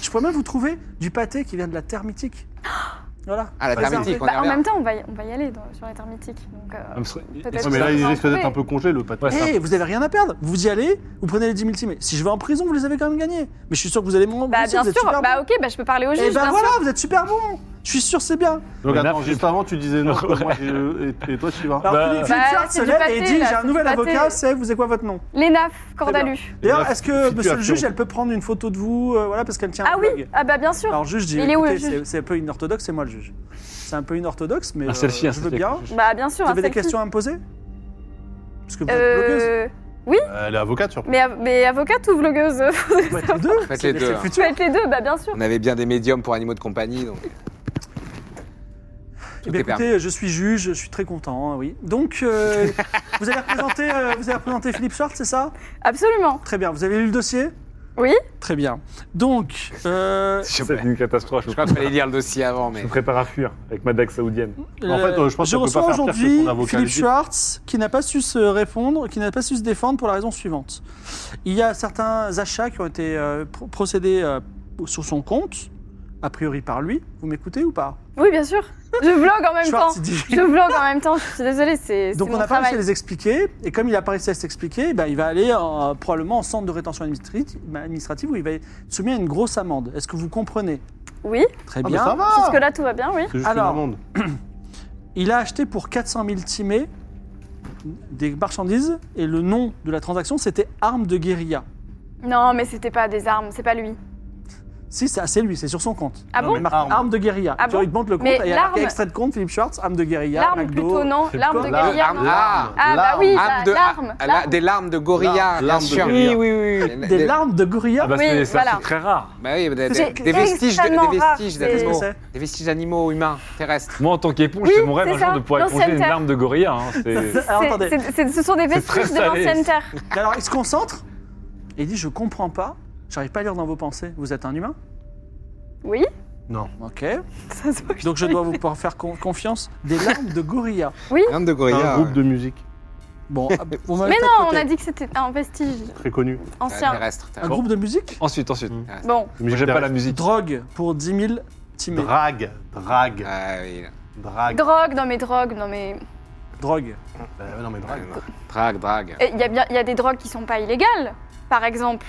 Je pourrais même vous trouver du pâté qui vient de la termitique. Voilà. Ah, la Réservé. thermitique, on y Bah, en revient. même temps on va y, on va y aller dans- sur la thermitique. Donc, euh, Ah, mais ce serait- Peut-être. Ouais, mais là, il Ouais. risque d'être un peu congelé, le pâté. Eh, vous avez rien à perdre. Vous y allez, vous prenez les 10 000 timés. Si je vais en prison, vous les avez quand même gagnés. Mais je suis sûr que vous allez m'en Bah vous aussi, bien vous êtes sûr, super bah bon. ok, bah je peux parler au Eh juge. ben bien voilà, sûr. vous êtes super bon. Je suis sûr, c'est bien. Donc, Mais attends, là, juste j'ai- avant, tu disais non, que moi, je- et, et toi, tu y vas. Alors, Bah, Philippe Bah, Philippe Charles c'est se du lève pâté, et dit là, J'ai un c'est nouvel du pâté. avocat, c'est vous, c'est quoi votre nom Les nafs, Cordalu. D'ailleurs, la est-ce que monsieur le juge, situation. elle peut prendre une photo de vous euh, Voilà, parce qu'elle tient Ah un oui, blog. ah bah bien sûr. Alors, le juge dit Il est où, écoutez, le juge c'est- C'est un peu inorthodoxe, c'est moi le juge. C'est un peu inorthodoxe, mais Un euh, selfie, un je veux selfie. bien. Bah bien sûr. Vous un avez des selfie. questions hein, à me poser Parce que vous êtes bloqueuse. Euh, Euh, Elle est avocate, surtout. mais, av- mais avocate ou vlogueuse Vous êtes les deux. Faites les c'est- c'est deux, le hein. Tu futur. vas être les deux, bah bien sûr. On avait bien des médiums pour animaux de compagnie, donc. Eh bien, est permis. écoutez, je suis juge, je suis très content, hein, oui. Donc, euh, vous, avez représenté, euh, vous avez représenté Philippe Schwartz, c'est ça Absolument. Très bien. Vous avez lu le dossier Oui. Très bien. Donc, euh, S'il te C'est plaît. une catastrophe. Je, Je crois qu'il fallait lire le dossier avant, mais. me prépare à fuir avec ma dague saoudienne. En fait, euh, je pense je qu'on peut reçois pas faire pire que aujourd'hui son avocat Philippe légitime. Schwartz qui n'a pas su se répondre, qui n'a pas su se défendre pour la raison suivante. Il y a certains achats qui ont été euh, pro- procédés euh, sur son compte, a priori par lui. Vous m'écoutez ou pas Oui, bien sûr. Je vlog en même temps. Schwartz dit. Je vlog en même temps. Je suis désolée, c'est c'est Donc on mon n'a pas réussi à travail. les expliquer, et comme il a pas réussi à s'expliquer, ben, il va aller euh, probablement en centre de rétention administrati- administrative où il va être soumis à une grosse amende. Est-ce que vous comprenez Oui. Très Ah, mais bien. ça va Jusque là, tout va bien, oui. C'est juste Alors. une amende. Il a acheté pour 400 000 timés des marchandises et le nom de la transaction c'était armes de guérilla. Non, mais c'était pas des armes, c'est pas lui. Si, ça, c'est lui, c'est sur son compte. Ah Non, bon mais Marque armes de guérilla. Ah Tu vois, bon il te montre le compte Mais et il y a marqué l'arme- extrait de compte Philippe Schwartz, armes de guérilla. L'arme McDo. plutôt, non. c'est L'arme pas- de la- guérilla, non. Ah, Ah bah L'arme. oui, Arme la- de- l'arme. ah, la- l'arme. des larmes de gorilla, Larme bien de sûr. gorilla. Oui, oui, oui. Des larmes de gorilla Ah bah Oui, c'est ça, voilà. c'est très rare. Bah oui, des, des- C'est des vestiges, des, extrêmement des rare, vestiges c'est- Qu'est-ce que d'animaux, c'est des vestiges d'animaux humains terrestres. Moi, en tant qu'éponge, Oui, c'est mon rêve c'est un jour ça, de pouvoir l'ancien éponger une terre. larme de gorilla. hein, c'est- Alors, C'est- attendez. c'est- c'est- ce sont des C'est très vestiges de salé. l'ancienne terre. Alors, il se concentre et il dit Je comprends pas, j'arrive pas à lire dans vos pensées. Vous êtes un humain Oui, Non. Ok. ça se voit que je Donc, je suis- dois vous pouvoir faire con- confiance. Des larmes de gorilla. Larmes de bah C'est Ah. gorilla. un groupe de musique Bon, ah, vous m'avez Mais peut-être non, on coté. a dit que c'était un vestige très connue. euh, ancien. terrestres, Un terrestres. groupe de musique Ensuite, ensuite. Mm. Terrestres. Bon, Moi, Musique J'aime pas la terrestre. musique. Drogue pour 10 000 timés. Drague, drague, Ah oui. drague. drogue, non mais drogue, non mais... Drogue. Bah, non mais drague. Drague, drague. Et Il Eh, y, a bien- il y a des drogues qui sont pas illégales, par exemple.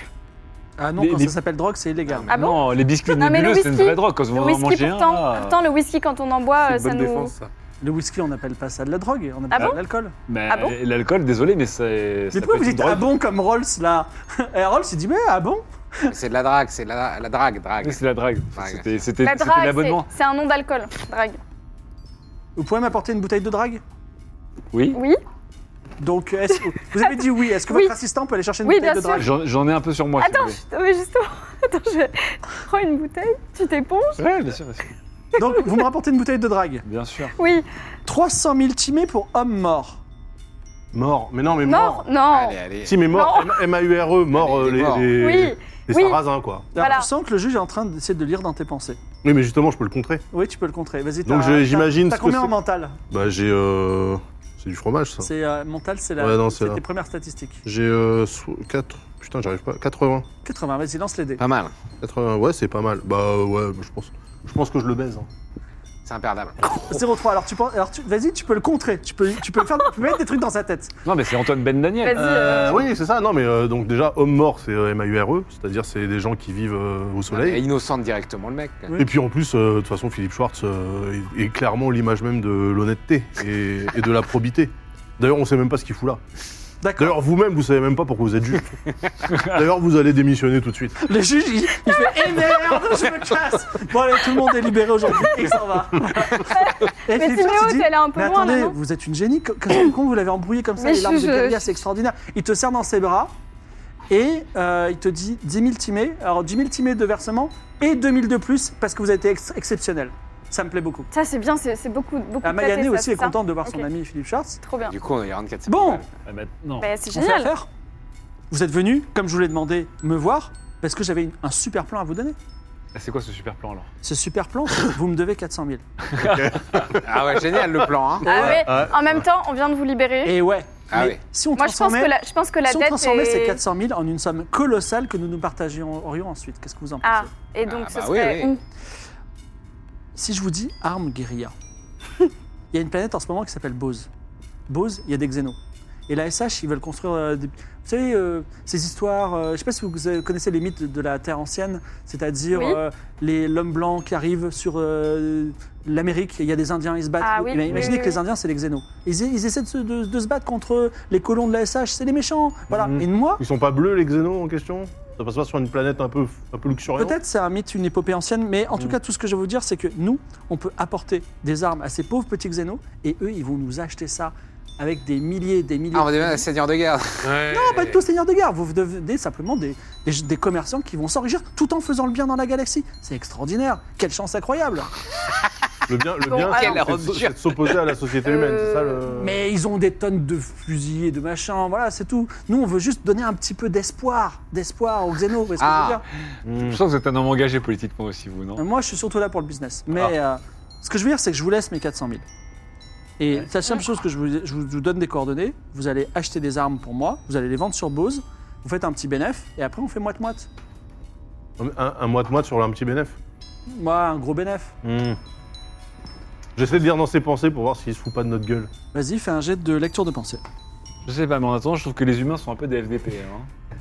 Ah non, Mais- quand mais- ça s'appelle drogue, c'est illégal. Ah bon non, les biscuits Non, mais le nébuleux, c'est une whisky- vraie drogue. Quand Le vous en whisky, mangez un, pourtant, là, pourtant, le whisky, quand on en boit, C'est euh, une ça bonne nous... défense, ça. Le whisky, on n'appelle pas ça de la drogue, on appelle Ah ça bon de l'alcool. mais Ah bon l'alcool, désolé, mais c'est. ça Mais pourquoi peut vous être dites une ah drogue. bon comme Rolls là Et Rolls il dit mais ah bon C'est de la drague, c'est de la, la drague, drague. Oui, C'est la drague. Drague. C'était c'était- La c'était drague, l'abonnement. Bah, c'est- c'est un nom d'alcool, drague. Vous pouvez m'apporter une bouteille de drague Oui. Oui, Donc est-ce que- vous avez dit oui, est-ce que Oui. votre assistant peut aller chercher une Oui, bouteille bien de drague J'en j'en ai un peu sur moi. si vous attends, voulez. je- oui, justement, attends, je je prends une bouteille, tu t'éponges Ouais, bien sûr, bien sûr. Donc vous me rapportez une bouteille de drague. Bien sûr. Oui, 300 000 timés pour homme mort. Mort. Mais non mais mort, mort. non, Allez, allez. Si mais mort. M A U R E mort Les- euh, les morts. les les, oui, les oui. sarrasins quoi. Alors Voilà. tu sens que le juge est en train d'essayer de lire dans tes pensées. Oui mais justement je peux le contrer. Oui, tu peux le contrer. Vas-y. Donc, t'as- je- t'as- j'imagine T'as ce que combien en c'est. mental Bah j'ai euh... c'est du fromage ça. C'est euh, mental, c'est la. Ouais, non, c'est c'est là. tes premières statistiques. J'ai euh, 4 putain j'arrive pas 80. 80. Vas-y, lance les dés. Ah, Pas mal, 80 ouais c'est pas mal. Bah euh, ouais je pense. Je pense que je le baise. hein. c'est imperdable. 0,3. Alors tu penses. Alors tu... vas-y, tu peux le contrer. Tu peux. Tu peux faire. tu peux mettre des trucs dans sa tête. Non, mais c'est Antoine Ben Daniel. Vas-y, euh, Euh, oui c'est ça non mais euh, donc déjà homme mort c'est M A U R E c'est-à-dire c'est des gens qui vivent euh, au Il Ah, soleil. innocente directement le mec. Oui. Et puis en plus, euh, de toute façon, Philippe Schwartz euh, est, est clairement l'image même de l'honnêteté et, et de la probité. D'ailleurs, on sait même pas ce qu'il fout là. D'accord. D'ailleurs, vous-même, vous savez même pas pourquoi vous êtes juge. D'ailleurs, vous allez démissionner tout de suite. Le juge, il, il fait Eh merde, je me casse Bon, allez, tout le monde est libéré aujourd'hui, et il s'en va. Et mais Philippe Schwartz, il Timéo, dit, t'es allé un peu Mais loin, là, attendez, non vous êtes une génie, co- co- comment vous l'avez embrouillé comme ça, Mais les larmes de je- guérilla, je- c'est extraordinaire. Il te serre dans ses bras, et euh, il te dit 10 000 timés, alors 10 000 timés de versement, et 2 000 de plus, parce que vous avez été ex- exceptionnel. Ça me plaît beaucoup. Ça, c'est bien, c'est c'est beaucoup, beaucoup Ah, de pâté, Mayané ça, aussi c'est est ça contente de voir son Ok. ami Philippe Schwartz. Trop bien. Du coup, on a 24 Bon, Ah bah, non. Bah, c'est on fait génial. affaire. Vous êtes venu, comme je vous l'ai demandé, me voir, parce que j'avais une- un super plan à vous donner. Eh, C'est quoi ce super plan alors Ce super plan, vous me devez 400 000. Ah ouais, génial le plan. Hein. Ah ouais, ouais. en même temps, on vient de vous libérer. Et ouais. Ah mais oui. Si on Moi, je pense transformait, que la, je pense que la si on dette transformait est... ces 400 000 en une somme colossale que nous nous partagerions ensuite, qu'est-ce que vous en pensez Ah, et donc Ah, ce bah oui, serait oui. où Si je vous dis arme guérilla, il y a une planète en ce moment qui s'appelle Bose. Bose, il y a des xénos. Et la SH, ils veulent construire euh, des- Vous savez, euh, ces histoires... euh, je ne sais pas si vous euh, connaissez les mythes de, de la Terre ancienne, c'est-à-dire Oui. euh, les l'homme blanc qui arrive sur euh, l'Amérique, et il y a des Indiens, ils se battent. Ah Et oui, ben, oui, imaginez oui, que oui. les Indiens, c'est les xénos. Ils, ils essaient de se, de- de se battre contre les colons de la SH, c'est les méchants. Voilà. Mhm. Et moi, Ils sont pas bleus, les xénos en question Ça passe pas sur une planète un peu, un peu luxuriante Peut-être c'est un mythe, une épopée ancienne, mais en tout cas, tout ce que je vais vous dire, c'est que nous, on peut apporter des armes à ces pauvres petits xénos, et eux, ils vont nous acheter ça avec des milliers, des milliers. Ah, on va de- devenir un seigneur de guerre. Ouais. Non, pas de tout seigneur de guerre. Vous devenez simplement des, des, des commerçants qui vont s'enrichir tout en faisant le bien dans la galaxie. C'est extraordinaire. Quelle chance incroyable. Le bien, le Bon, bien, alors- c'est de- c'est de s'opposer à la société humaine, c'est ça Euh, le. Mais ils ont des tonnes de fusils et de machins, voilà, c'est tout. Nous, on veut juste donner un petit peu d'espoir, d'espoir aux xénos, vous voyez ce que je veux Ah, dire je sens que vous êtes un homme engagé politiquement aussi, vous, non Euh, Moi, je suis surtout là pour le business. Mais euh, ce que je veux dire, c'est que je vous laisse mes 400 000. Et c'est la seule chose que je vous, je vous- je vous donne des coordonnées. Vous allez acheter des armes pour moi, vous allez les vendre sur Bose, vous faites un petit bénéf, et après, on fait moite-moite. Un, un mois de mois sur un petit bénéf. Moi, un gros bénéf. Hmm. J'essaie de lire dans ses pensées pour voir s'il se fout pas de notre gueule. Vas-y, fais un jet de lecture de pensée. Je sais pas, mais en attendant, je trouve que les humains sont un peu des FDP. hein.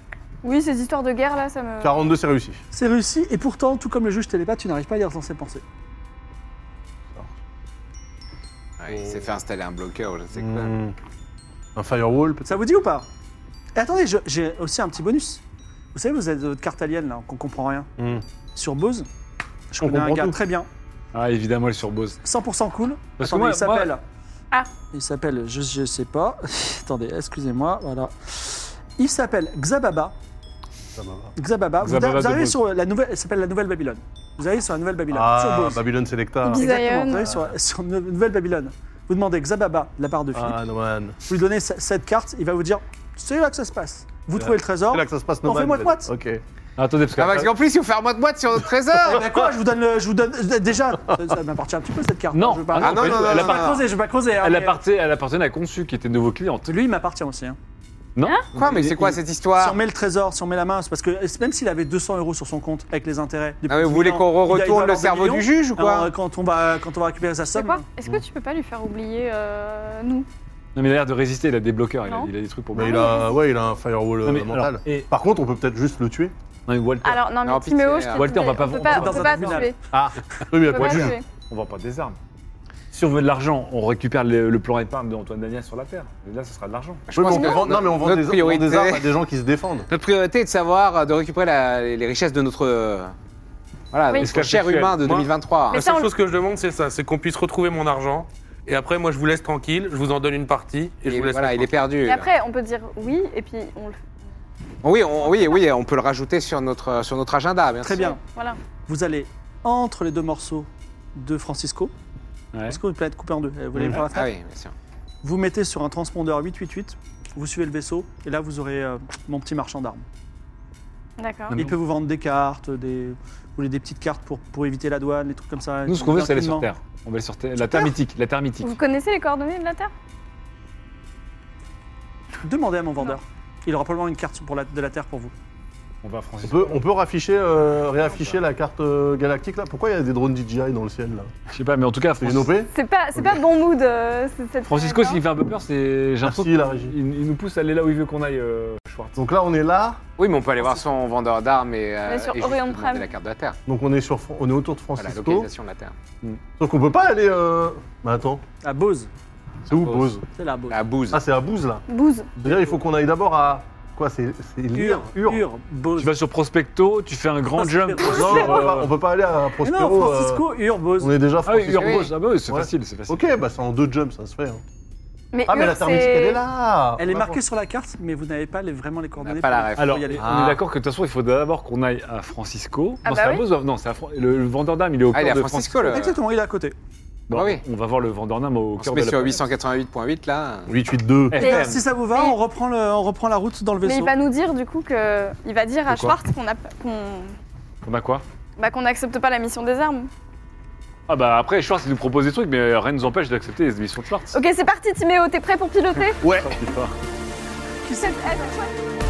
Oui, ces histoires de guerre là, ça me. 42, c'est réussi. C'est réussi, et pourtant, tout comme le juge télépathe, tu n'arrives pas à lire dans ses pensées. Ah, Il s'est fait installer un bloqueur, je sais quoi. Hmm. Un firewall, peut-être. Ça vous dit ou pas Et attendez, je- j'ai aussi un petit bonus. Vous savez, vous avez votre carte alien là, qu'on comprend rien. Hmm. Sur Bose, je On connais un comprend gars tout. très bien, Ah, évidemment, elle surbose. 100% cool. Parce que Attendez, moi- il s'appelle. Ah. Il s'appelle, je, je sais pas. Attendez, excusez-moi, voilà. Il s'appelle Xababa. Ça m'a- Xababa. Vous, Xababa vous de arrivez Bose. sur la nouvelle, elle s'appelle la Nouvelle Babylone. Vous arrivez sur la Nouvelle Babylone, sur Ah, Bose. Babylon Selecta. Bizarre. Exactement, vous Zion. arrivez sur, sur la Nouvelle Babylone. Vous demandez Xababa de la part de Philippe. Ah, no man. Vous lui donnez ce- cette carte, il va vous dire c'est là que ça se passe. Vous trouvez le trésor. C'est là que ça se passe, On no fait man. moite-moite. Ok. Attendez, parce que. Ah, parce qu'en plus, il faut faire moite-moite sur notre trésor Eh ben quoi, je vous donne, le- je vous donne euh, déjà. ça- Ça m'appartient un petit peu cette carte. Non. je veux pas, Ah non, je veux non, pas- non, je veux non, pas non. creuser, je veux pas creuser. hein, Elle, mais- appartient- elle appartenait à Conçu, qui était nouveau client. Lui, il m'appartient aussi. hein. Non Quoi, mais Il- c'est quoi il- cette Si histoire on met le trésor, si on met la main, c'est parce que même s'il avait 200 euros sur son compte avec les intérêts. depuis Ah, mais vous dix voulez ans, qu'on il a- il va retourne le avoir cerveau des millions. du juge ou Alors, quoi euh, quand on va quand on va récupérer sa C'est somme. quoi Est-ce que tu peux pas lui faire oublier euh, nous Non, mais il a l'air de résister, il a des bloqueurs, il a, Non. il a des trucs pour Mais bloquer. il a, ouais, il a un firewall euh, Non, mais mental. alors, et- Par contre, on peut peut-être juste le tuer. Non, mais Walter, Alors non, mais Non, Timéo, pitié, je te Walter, on va pas- on peut on pas, va on dans peut un pas tribunal. tuer. Oui, mais à On peut quoi pas de juge tuer. on vend pas des armes. Si on veut de l'argent, on récupère le, le plan épargne d'Antoine Daniel sur la Terre. Et là, ce sera de l'argent. Oui, mais on vend- Non, mais on vend notre des- on vend priorité- des armes à des gens qui se défendent. Notre priorité est de savoir, euh, de récupérer la- les les richesses de notre. euh, Voilà, Oui. notre cher Esclave humain de Moi- 2023. Mais La ça, on seule le- chose que je demande, c'est ça, c'est qu'on puisse retrouver mon argent. Et après, moi, je vous laisse tranquille, je vous en donne une partie et, je Et vous laisse. voilà, il est tranquille. perdu. Et après, on peut dire oui, et puis on le. Oui, on, oui, oui, on peut le rajouter sur notre, euh, sur notre agenda. Merci. Très bien. Voilà. Vous allez entre les deux morceaux de Francisco. Ouais. Francisco, une planète coupée en deux. Vous voulez Mhm. par la Ah fenêtre oui, bien sûr. Vous mettez sur un transpondeur 888. Vous suivez le vaisseau et là vous aurez euh, mon petit marchand d'armes. D'accord. Non, mais Il peut vous vendre des cartes, des, vous voulez des petites cartes pour, pour éviter la douane, des trucs comme ça. Nous, ce qu'on veut, c'est aller sur Tranquillement. Terre. On va aller sur Terre. La Terre mythique, la Terre mythique. Vous connaissez les coordonnées de la Terre Demandez à mon vendeur. Il aura probablement une carte pour la- de la Terre pour vous. On va à On Francis. peut, on peut rafficher, euh, réafficher la carte euh, galactique là Pourquoi il y a des drones DJI dans le ciel là Je sais pas, mais en tout cas, C'est Francis- une OP C'est pas, c'est pas bon mood. euh, c'est- cette Francisco, période-là. s'il fait un peu peur, c'est. J'ai l'impression Merci la régie. qu'il il nous pousse à aller là où il veut qu'on aille, euh, Schwartz. Donc là on est là, Oui, mais on peut aller voir son vendeur d'armes et, euh, Mais sur et juste Orion demander Prime. la carte de la Terre. donc on est, sur, Fran- on est autour de Voilà, la Francisco. localisation de la Terre. Sauf qu'on peut pas aller. Euh... Bah attends, À Bose. c'est où Beauce. Bose C'est là, Bose. La bouse. Ah c'est à Bouze là. Bouse. C'est-à-dire il faut qu'on aille d'abord à. Quoi C'est c'est Lire Ur, Ur. Ur, Bose. Tu vas sur Prospecto, tu fais un grand Prospero. jump. euh, Non, on peut, pas, on peut pas aller à Mais non, Prospero. euh, Francisco, Ur, Bose. On est déjà Ah oui, Francisco. Urbos, ah bah oui, c'est Ouais. facile, c'est facile. Ok, bah c'est en deux jumps, ça se fait. hein. Mais, Ah, mais Ur, la thermique, elle c'est- est là Ah, Elle est On a- marquée sur la carte, mais vous n'avez pas les- vraiment les On n'a coordonnées. pas la pour- ref. Alors, Faut y aller. on Ah. est d'accord que de toute façon, il faut d'abord qu'on aille à Francisco. Ah non, bah c'est à oui. Beauce, non, c'est à Fran- le, le vendeur d'armes, il est au Ah, il est cœur à de Francisco, Francisco. le- Exactement, il est à côté. Bon, Ah oui. On va voir le vendeur d'armes au On se cœur met de la sur planète. 888.8 là. 882. Eh, Mais- FM. Si ça vous va, Mais- on reprend, le- on reprend la route dans le Mais vaisseau. il va nous dire du coup que. Il va dire à De quoi Schwartz qu'on a pas- qu'on On a quoi bah, qu'on n'accepte pas la mission des armes. Ah bah après, Schwartz il nous propose des trucs, mais rien ne nous empêche d'accepter les émissions de Schwartz. Ok, c'est parti, Timéo, t'es prêt pour piloter Ça, c'est pas- Tu sais. Eh, c'est chouette.